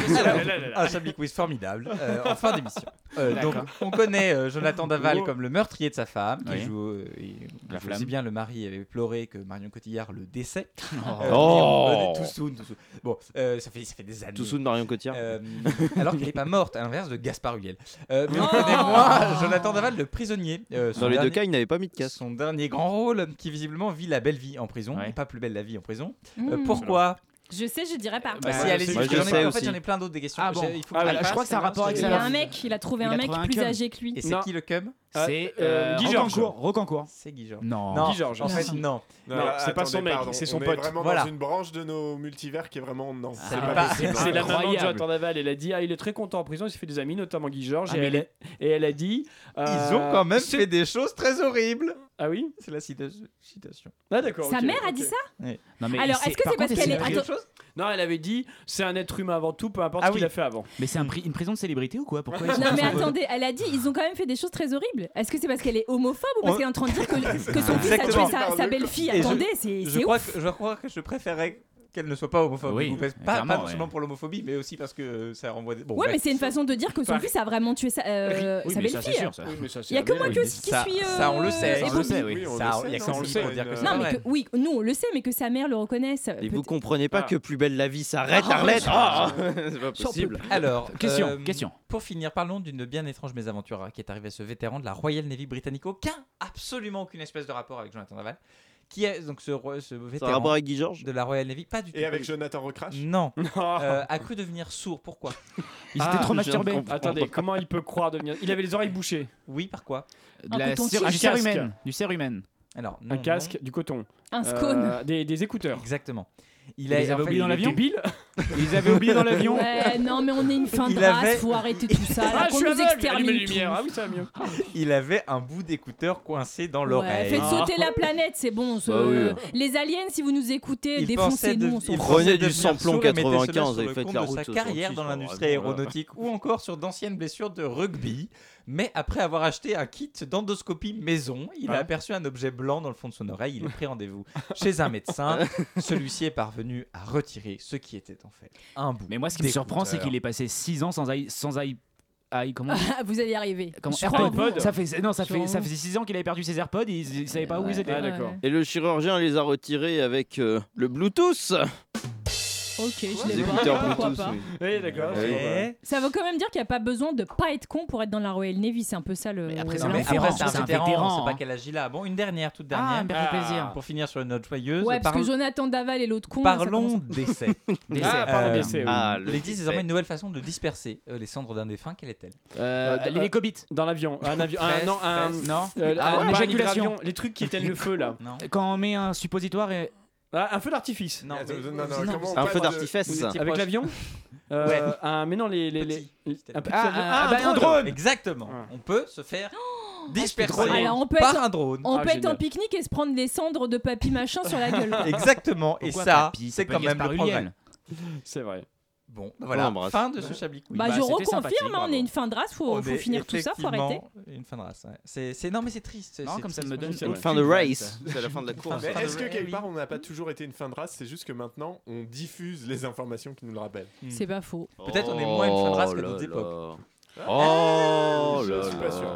Là, là, là, là.
Un Chablis quiz formidable euh, en fin d'émission. Euh, donc,
D'accord.
on connaît euh, Jonathan Daval
Oh.
comme le meurtrier de sa femme, qui
Oui.
joue, euh, il-
La
il joue
flamme.
aussi bien le mari avait pleuré que Marion Cotillard le décès. Euh, et
Oh.
on connaît Toussoun, Toussoun. Bon, euh, ça, fait, ça fait des années.
Tout sous de Marion Cotillard.
Euh, alors qu'elle n'est pas morte, à l'inverse de Gaspard Huliel. Euh, mais on connaît moins Jonathan Daval, le prisonnier. euh, son
Dans les deux
dernier-
cas, il n'avait pas mis de
qui a
casque.
son dernier grand rôle, qui visiblement vit la belle vie en prison,
Ouais.
et pas plus belle la vie en prison.
Mmh.
Euh, pourquoi
Je sais, je dirais pas.
Bah,
Bah,
si,
je
allez-y,
sais,
parce que
je
j'en ai-
sais
en fait,
aussi.
j'en ai plein d'autres des questions.
Ah bon.
J'ai- il faut
Ah
que
oui,
je
je
fasse,
crois que ça a
c'est
rapport avec
Il y
l'instant,
a un
sa
mec, il a trouvé
Il
un
a
mec
trouvé un
plus
cum.
âgé que lui.
Et c'est
Non.
qui le cum
Ah,
C'est
euh, Guy Georges.
Rocancourt. Rocancourt.
C'est Guy
Georges.
Non.
Guy Georges.
En fait,
ah, Si.
non.
Non, c'est pas son mec, c'est son
on
pote.
Est vraiment
Voilà.
dans une branche de nos multivers qui est vraiment
Ah,
non.
C'est pas- bah, c'est la maman de Jonathan Daval. Elle a dit Ah, il est très content en prison, il s'est fait des amis, notamment Guy Georges.
Ah,
et,
mais
elle, et elle a dit euh,
Ils ont quand
Euh,
même fait des choses très horribles.
Ah oui
C'est la cita- citation.
Ah, d'accord.
Sa
ok,
mère a
ok.
dit ça
Ouais.
Non, mais Alors, c'est- est-ce que par c'est parce contre, qu'elle c'est est- une vraie attends. chose
Non, elle avait dit C'est un être humain avant tout, peu importe
Ah
ce qu'il
oui.
a fait avant.
Mais c'est un pri- une prison de célébrité ou quoi Pourquoi ils sont
Non mais
tous en mode-
attendez, elle a dit ils ont quand même fait des choses très horribles. Est-ce que c'est parce qu'elle est homophobe ou
On-
parce qu'elle est en train de dire que, que son fils a tué
Exactement.
sa, sa belle-fille
Et je-
Attendez, c'est
je
c'est
crois
ouf.
que- je crois que je préférais qu'elle ne soit pas homophobe.
Oui,
ou pas, pas,
clairement,
non
ouais.
seulement pour l'homophobie, mais aussi parce que euh, ça renvoie. Des... Bon,
ouais,
bref.
mais c'est une façon de dire que son
Par-
fils a vraiment tué sa, euh,
Oui,
sa
mais ça,
belle-fille.
c'est sûr, ça. Oui, mais ça, c'est
Il y a
la
que
mère,
moi
oui,
que,
mais
qui
ça-
suis. euh,
ça, on le sait,
et
ça, on le
Bobby.
sait, oui. Ça, il y a que ça, on le sait, pour dire que c'est
Non,
pas
mais
vrai.
que- oui, nous on le sait, mais que sa mère le reconnaisse.
Et
peut-
vous comprenez pas
Ah.
que Plus belle la vie s'arrête,
Ah,
Arlette
ah,
Ah, C'est pas
J'en peux
possible.
plus. Alors,
Question,
euh,
question.
Pour finir, parlons d'une bien étrange mésaventure hein, qui est arrivée à ce vétéran de la Royal Navy britannique, aucun, absolument aucune espèce de rapport avec Jonathan Daval, qui est donc ce, roi- ce vétéran
rapport avec
de la Royal Navy, pas du tout.
Et avec Jonathan Recrash
Non.
Ah.
Euh, a cru devenir sourd. Pourquoi
Ah, je viens de comprendre. Attendez, comment il peut croire devenir. Il avait les oreilles bouchées.
Oui, par quoi
De la cire- du cire humaine. Du cire humaine.
Alors, non,
Un
non.
casque, du coton.
Un
Euh,
scone.
des, des écouteurs.
Exactement.
Il les avait oubliés dans l'avion
Débile
Ils avaient oublié dans l'avion
Ouais, non, mais on est une fin de
Il
race,
avait-
faut arrêter tout ça.
Ah,
là,
je
qu'on
suis
nous
aveugle, allumez les
extermine.
lumières. Ah oui, ça va mieux.
Il avait un bout d'écouteur coincé dans l'oreille. Hein.
Ouais, faites sauter la planète, c'est bon. ce-
Bah oui.
Les aliens, si vous nous écoutez,
Il pensait de-
défoncez-nous. on
il
s'en fout.
pensait
Prenez du
devenir
samplon
sourd et mettez cela
95
sur
et
le
faites
compte
la
de
route
sa
sur
carrière
le
dans
site,
l'industrie
voilà.
aéronautique ou encore sur d'anciennes blessures de rugby. Mais après avoir acheté un kit d'endoscopie maison, il a
Ah.
aperçu un objet blanc dans le fond de son oreille. Il a pris rendez-vous chez un médecin. Celui-ci est parvenu à retirer ce qui était en fait un bout.
Mais moi, ce qui me surprend, c'est
d'écouteur.
qu'il est passé 6 ans sans i- sans i- i- comment on dit
Ah, vous allez y arriver.
Comment
Je crois en vous.
Ça fait non, ça
Je
fait
crois en
ça fait 6 ans qu'il avait perdu ses AirPods, il, il savait pas où ils
Ah,
ah,
étaient. Ah,
Et le chirurgien les a retirés avec euh, le Bluetooth.
vous. Ok, je
Les
l'ai pas.
écouteurs
Pourquoi
Bluetooth,
pas.
oui.
Oui, d'accord.
Oui.
Ça veut quand même dire qu'il n'y a pas besoin de pas être con pour être dans la Royal Navy. C'est un peu ça le.
Après,
le-
c'est un
l'info.
vétéran, c'est un vétéran,
vétéran,
c'est pas
hein.
qu'elle agit là. Bon, une dernière, toute dernière.
Ah, merci, plaisir.
Pour finir sur une note joyeuse.
Ouais, parce que
parle-
Jonathan Daval et l'autre con. là, ça
Parlons
commence-
d'essais.
D'essais. Ah,
euh,
parlons d'essais, oui. Ah,
il
le
existe
décès.
désormais une nouvelle façon de disperser euh, les cendres d'un défunt. Quelle est-elle
Euh,
Euh, les cobites.
Dans l'avion. Un avion. un-
Fesses,
non, un.
fesses.
Non.
euh,
Ah,
un-
ouais,
pas un
l'éjaculation.
hydravion, Les trucs qui étaient le feu, là.
Non.
Quand on met un suppositoire et
Ah, un feu d'artifice.
Non,
Attends,
mais-
non, non,
non,
comment
c'est
on
un
passe
feu
de-
d'artifice,
vous
ça.
étiez
Avec
proche-
l'avion Euh,
Ouais.
un- Mais non, les. les, les- un petit
Ah,
avion.
ah,
Ah,
bah, un drone Exactement. On peut se faire disperser
drôle. Alors, on peut
par
être-
un drone.
On peut être en pique-nique et se prendre les cendres de papy machin sur la gueule.
Exactement. Et
Pourquoi
ça,
papy Ça
c'est
peut
quand
être
même
Gaspard
le
Huliel.
problème.
C'est vrai.
Bon, bah voilà.
On l'embrasse.
fin de ce chablis quiz.
Bah,
Bah,
je
c'était
reconfirme,
sympathique,
hein, on
bravo.
est une fin de race, faut,
On
faut
est
finir tout ça, faut arrêter.
Oh, effectivement Une fin de race. ouais. C'est c'est- non mais c'est triste.
Non,
c'est
comme ça
triste,
me
moi,
donne
je sais
une
pas.
Fin de race. C'est la fin de la course.
Mais Est-ce que quelque part on n'a pas toujours été une fin de race C'est juste que maintenant on diffuse les informations qui nous le rappellent.
C'est pas faux.
Peut-être on est moins une fin de race que
Oh
d'autres
là
époques.
là. Oh
Je
là
suis pas
là.
sûr.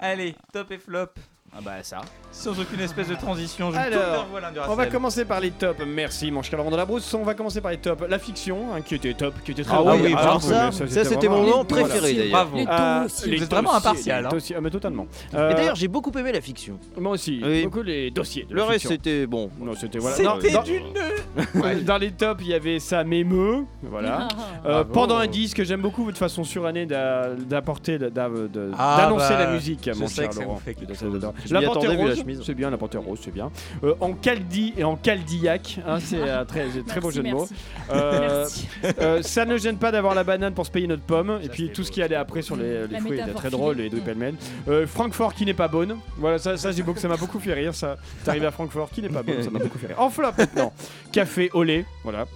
Allez, top et flop.
Ah bah ça.
Sans aucune espèce de transition, je vous tourne
Alors,
vers vous, Alain
on va
Duracell.
commencer par les tops. Merci, mon chevalier de la brousse. On va commencer par les tops. La fiction, hein, qui était top, qui était très
Ah
bonne.
oui, alors
oui,
ça,
mais
ça, c'était
vraiment-
mon nom préféré, d'ailleurs.
Bravo. Les
Ah,
dossiers.
les
Vous êtes vraiment
dossiers,
impartial,
les
hein.
dossiers, ah, mais totalement.
Et
Euh,
d'ailleurs, j'ai beaucoup aimé la fiction.
moi aussi,
Oui.
beaucoup les dossiers. de
Le
la
reste,
fiction.
c'était bon.
Non, c'était voilà.
C'était
Ah, Non, dans-
d'une.
Ouais. Dans les tops, il y avait ça m'émeut. Voilà.
Ah.
Euh,
Bravo.
pendant un disque, j'aime beaucoup votre façon surannée d'a- d'apporter, d'a- d'a- de-
Ah,
d'annoncer
bah,
la musique,
je
mon
sais
cher
que ça
Laurent.
vous fait quelque
Je
chose.
t'adore.
Je
La
m'y
portée
attendais, vu la
rose,
chemise.
c'est bien, la portée rose, c'est bien. Euh, en caldi et en caldillac, hein, c'est un très, c'est très beau
Merci,
jeu de mots.
merci.
Euh,
Merci.
euh, ça ne gêne pas d'avoir la banane pour se payer notre pomme. et puis tout ce qui allait après sur les, les
La
fruits était
métaphore
très drôle,
filée.
les deux pêle-mêle. Euh, Francfort qui n'est pas bonne. Voilà, ça, ça, j'ai beaucoup, ça m'a beaucoup fait rire. Ça, t'es arrivé à Francfort qui n'est pas bonne, ça m'a beaucoup fait rire. En flop maintenant, café au lait. Voilà.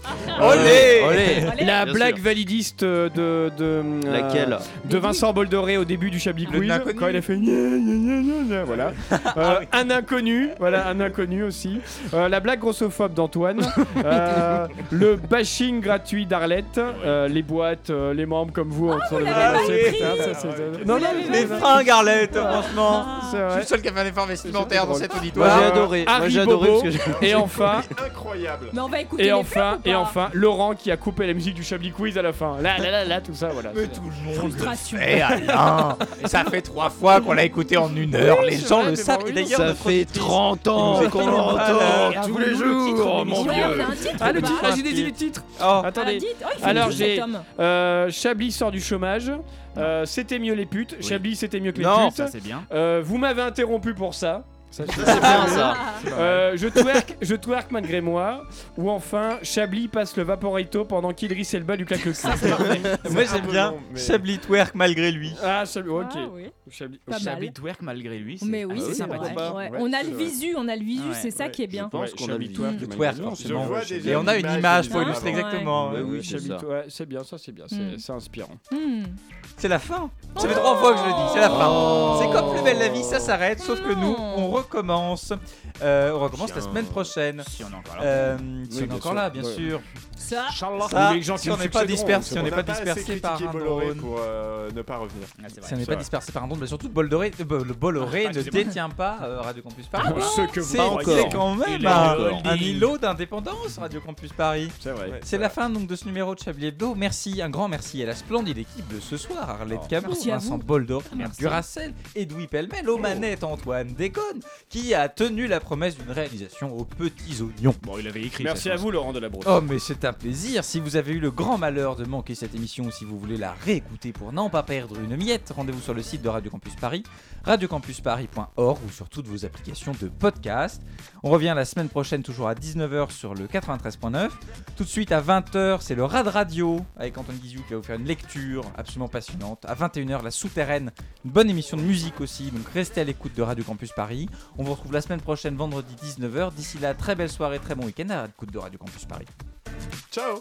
Olé
Euh,
Olé
La
Bien
blague
sûr.
validiste de, de, euh,
Laquelle
de Vincent Boldoré au début du Chablis
Le
Quiz
inconnu.
quand il a fait gna, gna, gna, gna, gna, voilà Euh, un inconnu voilà un inconnu aussi Euh, la blague grossophobe d'Antoine Euh, le bashing gratuit d'Arlette Euh, les boîtes euh, les membres comme vous en train de-
l'avez pas
Ah, c'est-
écrit.
ça, c'est- non non mais
Les
c'est-
fringues, Arlette, franchement.
Ah.
c'est
Je
vrai.
suis le seul qui a fait un effort
C'est
vestimentaire dans
drôle.
cet
Moi,
auditoire.
j'ai adoré. Moi,
Harry
j'ai adoré
Bobo
parce que j'ai-
et enfin
Incroyable
Mais on va écouter
Et
les
enfin,
fleurs ou
et
pas
enfin, Laurent qui a coupé la musique du Chablis Quiz à la fin. Là, là, là, là, tout ça, voilà.
Mais tout le monde
Frustration.
Eh Alain, ça fait trois fois qu'on l'a écouté en une heure,
Oui,
les
c'est
gens
vrai,
le
Ah, mais
savent.
bon,
Et
oui,
d'ailleurs,
ça
notre
fait
auditrice
30 ans
nous
qu'on
écoute.
l'entend
Voilà.
tous
Ah,
les
vous,
jours,
le titre de
mon
l'émission.
Dieu.
Hein
Ouais, on a un
titre
Ah, le
ou pas
titre, ah, j'ai dit le titre. Ah, Attendez.
dites. Oh, il fait
Alors
le jeu,
j'ai
cet homme.
euh, Chablis sort du chômage. Euh, c'était mieux les putes. Chablis c'était mieux que les
Non,
putes.
ça, c'est bien.
Euh, vous m'avez interrompu pour ça. Ah, Ça, c'est
Ah,
bien, ça. C'est pas mal.
Euh, je twerk, je twerk malgré moi. Ou enfin, Chablis passe le vaporito pendant qu'Idriss Elba lui claque le cul.
Moi j'aime bien Chablis twerk malgré lui.
Ah, Chablis, ok.
Ah, oui.
Chablis,
Pas mal.
Chablis twerk malgré lui. c'est-
Mais oui,
Ah,
c'est
c'est
sympathique.
sympathique.
Ouais. On a le visu, on a le visu,
Ah Ouais.
c'est ça qui est bien.
Je pense qu'on a le
Chablis-toi,
visu.
tu
Le
m'as
twerk,
dit non.
forcément.
Je vois
Et
déjà
on a une image pour
de-
illustrer
Ouais.
exactement.
Ouais,
Oui,
oui,
oui, c'est
Chablis-toi,
ça.
ouais, c'est bien, ça c'est bien,
Hmm.
c'est- c'est inspirant.
Hmm.
C'est la fin.
Oh.
Ça fait trois fois que je le dis, c'est la fin. C'est comme plus belle la vie, ça s'arrête, sauf que nous, on recommence. Euh, on recommence la semaine prochaine.
Si on est encore là.
Euh, si
Oui,
on est
bien
encore
sûr.
là, bien
Ouais. Ah,
sûr.
Ça,
Ça,
Ou les gens
si
qui
on
nous
n'est pas
succéderont,
dispersé,
parce
on n'est
qu'on
pas
n'a assez
dispersé par
critiqué
un
Bolloré
drone.
pour euh, ne pas revenir.
Ah,
Si on n'est pas dispersé par un drone, mais surtout Bol Doré- euh, Bol- Bolloré
Ah,
ne
excusez-moi.
détient pas euh, Radio Campus
Ah
Paris.
bon Ce que vous
c'est
croyez.
c'est quand même
Il est
un,
encore.
un îlot d'indépendance, Radio Campus Paris. C'est
vrai.
la fin donc de ce numéro de Chablis Hebdo. Merci, un grand merci à la splendide équipe de ce soir Arlette
Oh.
Cabot,
Merci à
Vincent
vous.
Boldoré,
Merci.
Duracell, Edoui Pellemel, aux manettes Antoine Déconne, qui a tenu la promesse d'une réalisation aux petits oignons.
Bon, il avait écrit.
Merci à vous Laurent Delabrosse.
Oh mais c'est un plaisir Si vous avez eu le grand malheur de manquer cette émission ou si vous voulez la réécouter pour n'en pas perdre une miette, rendez-vous sur le site de Radio Campus Paris, radiocampusparis.org ou sur toutes vos applications de podcast. On revient la semaine prochaine toujours à 19h sur le 93.9. Tout de suite à 20h, c'est le Rad Radio avec Antoine Guizou qui va vous faire une lecture absolument passionnante. À 21h, la souterraine, une bonne émission de musique aussi, donc restez à l'écoute de Radio Campus Paris. On vous retrouve la semaine prochaine vendredi 19h. D'ici là, très belle soirée, très bon week-end à l'écoute de Radio Campus Paris.
Ciao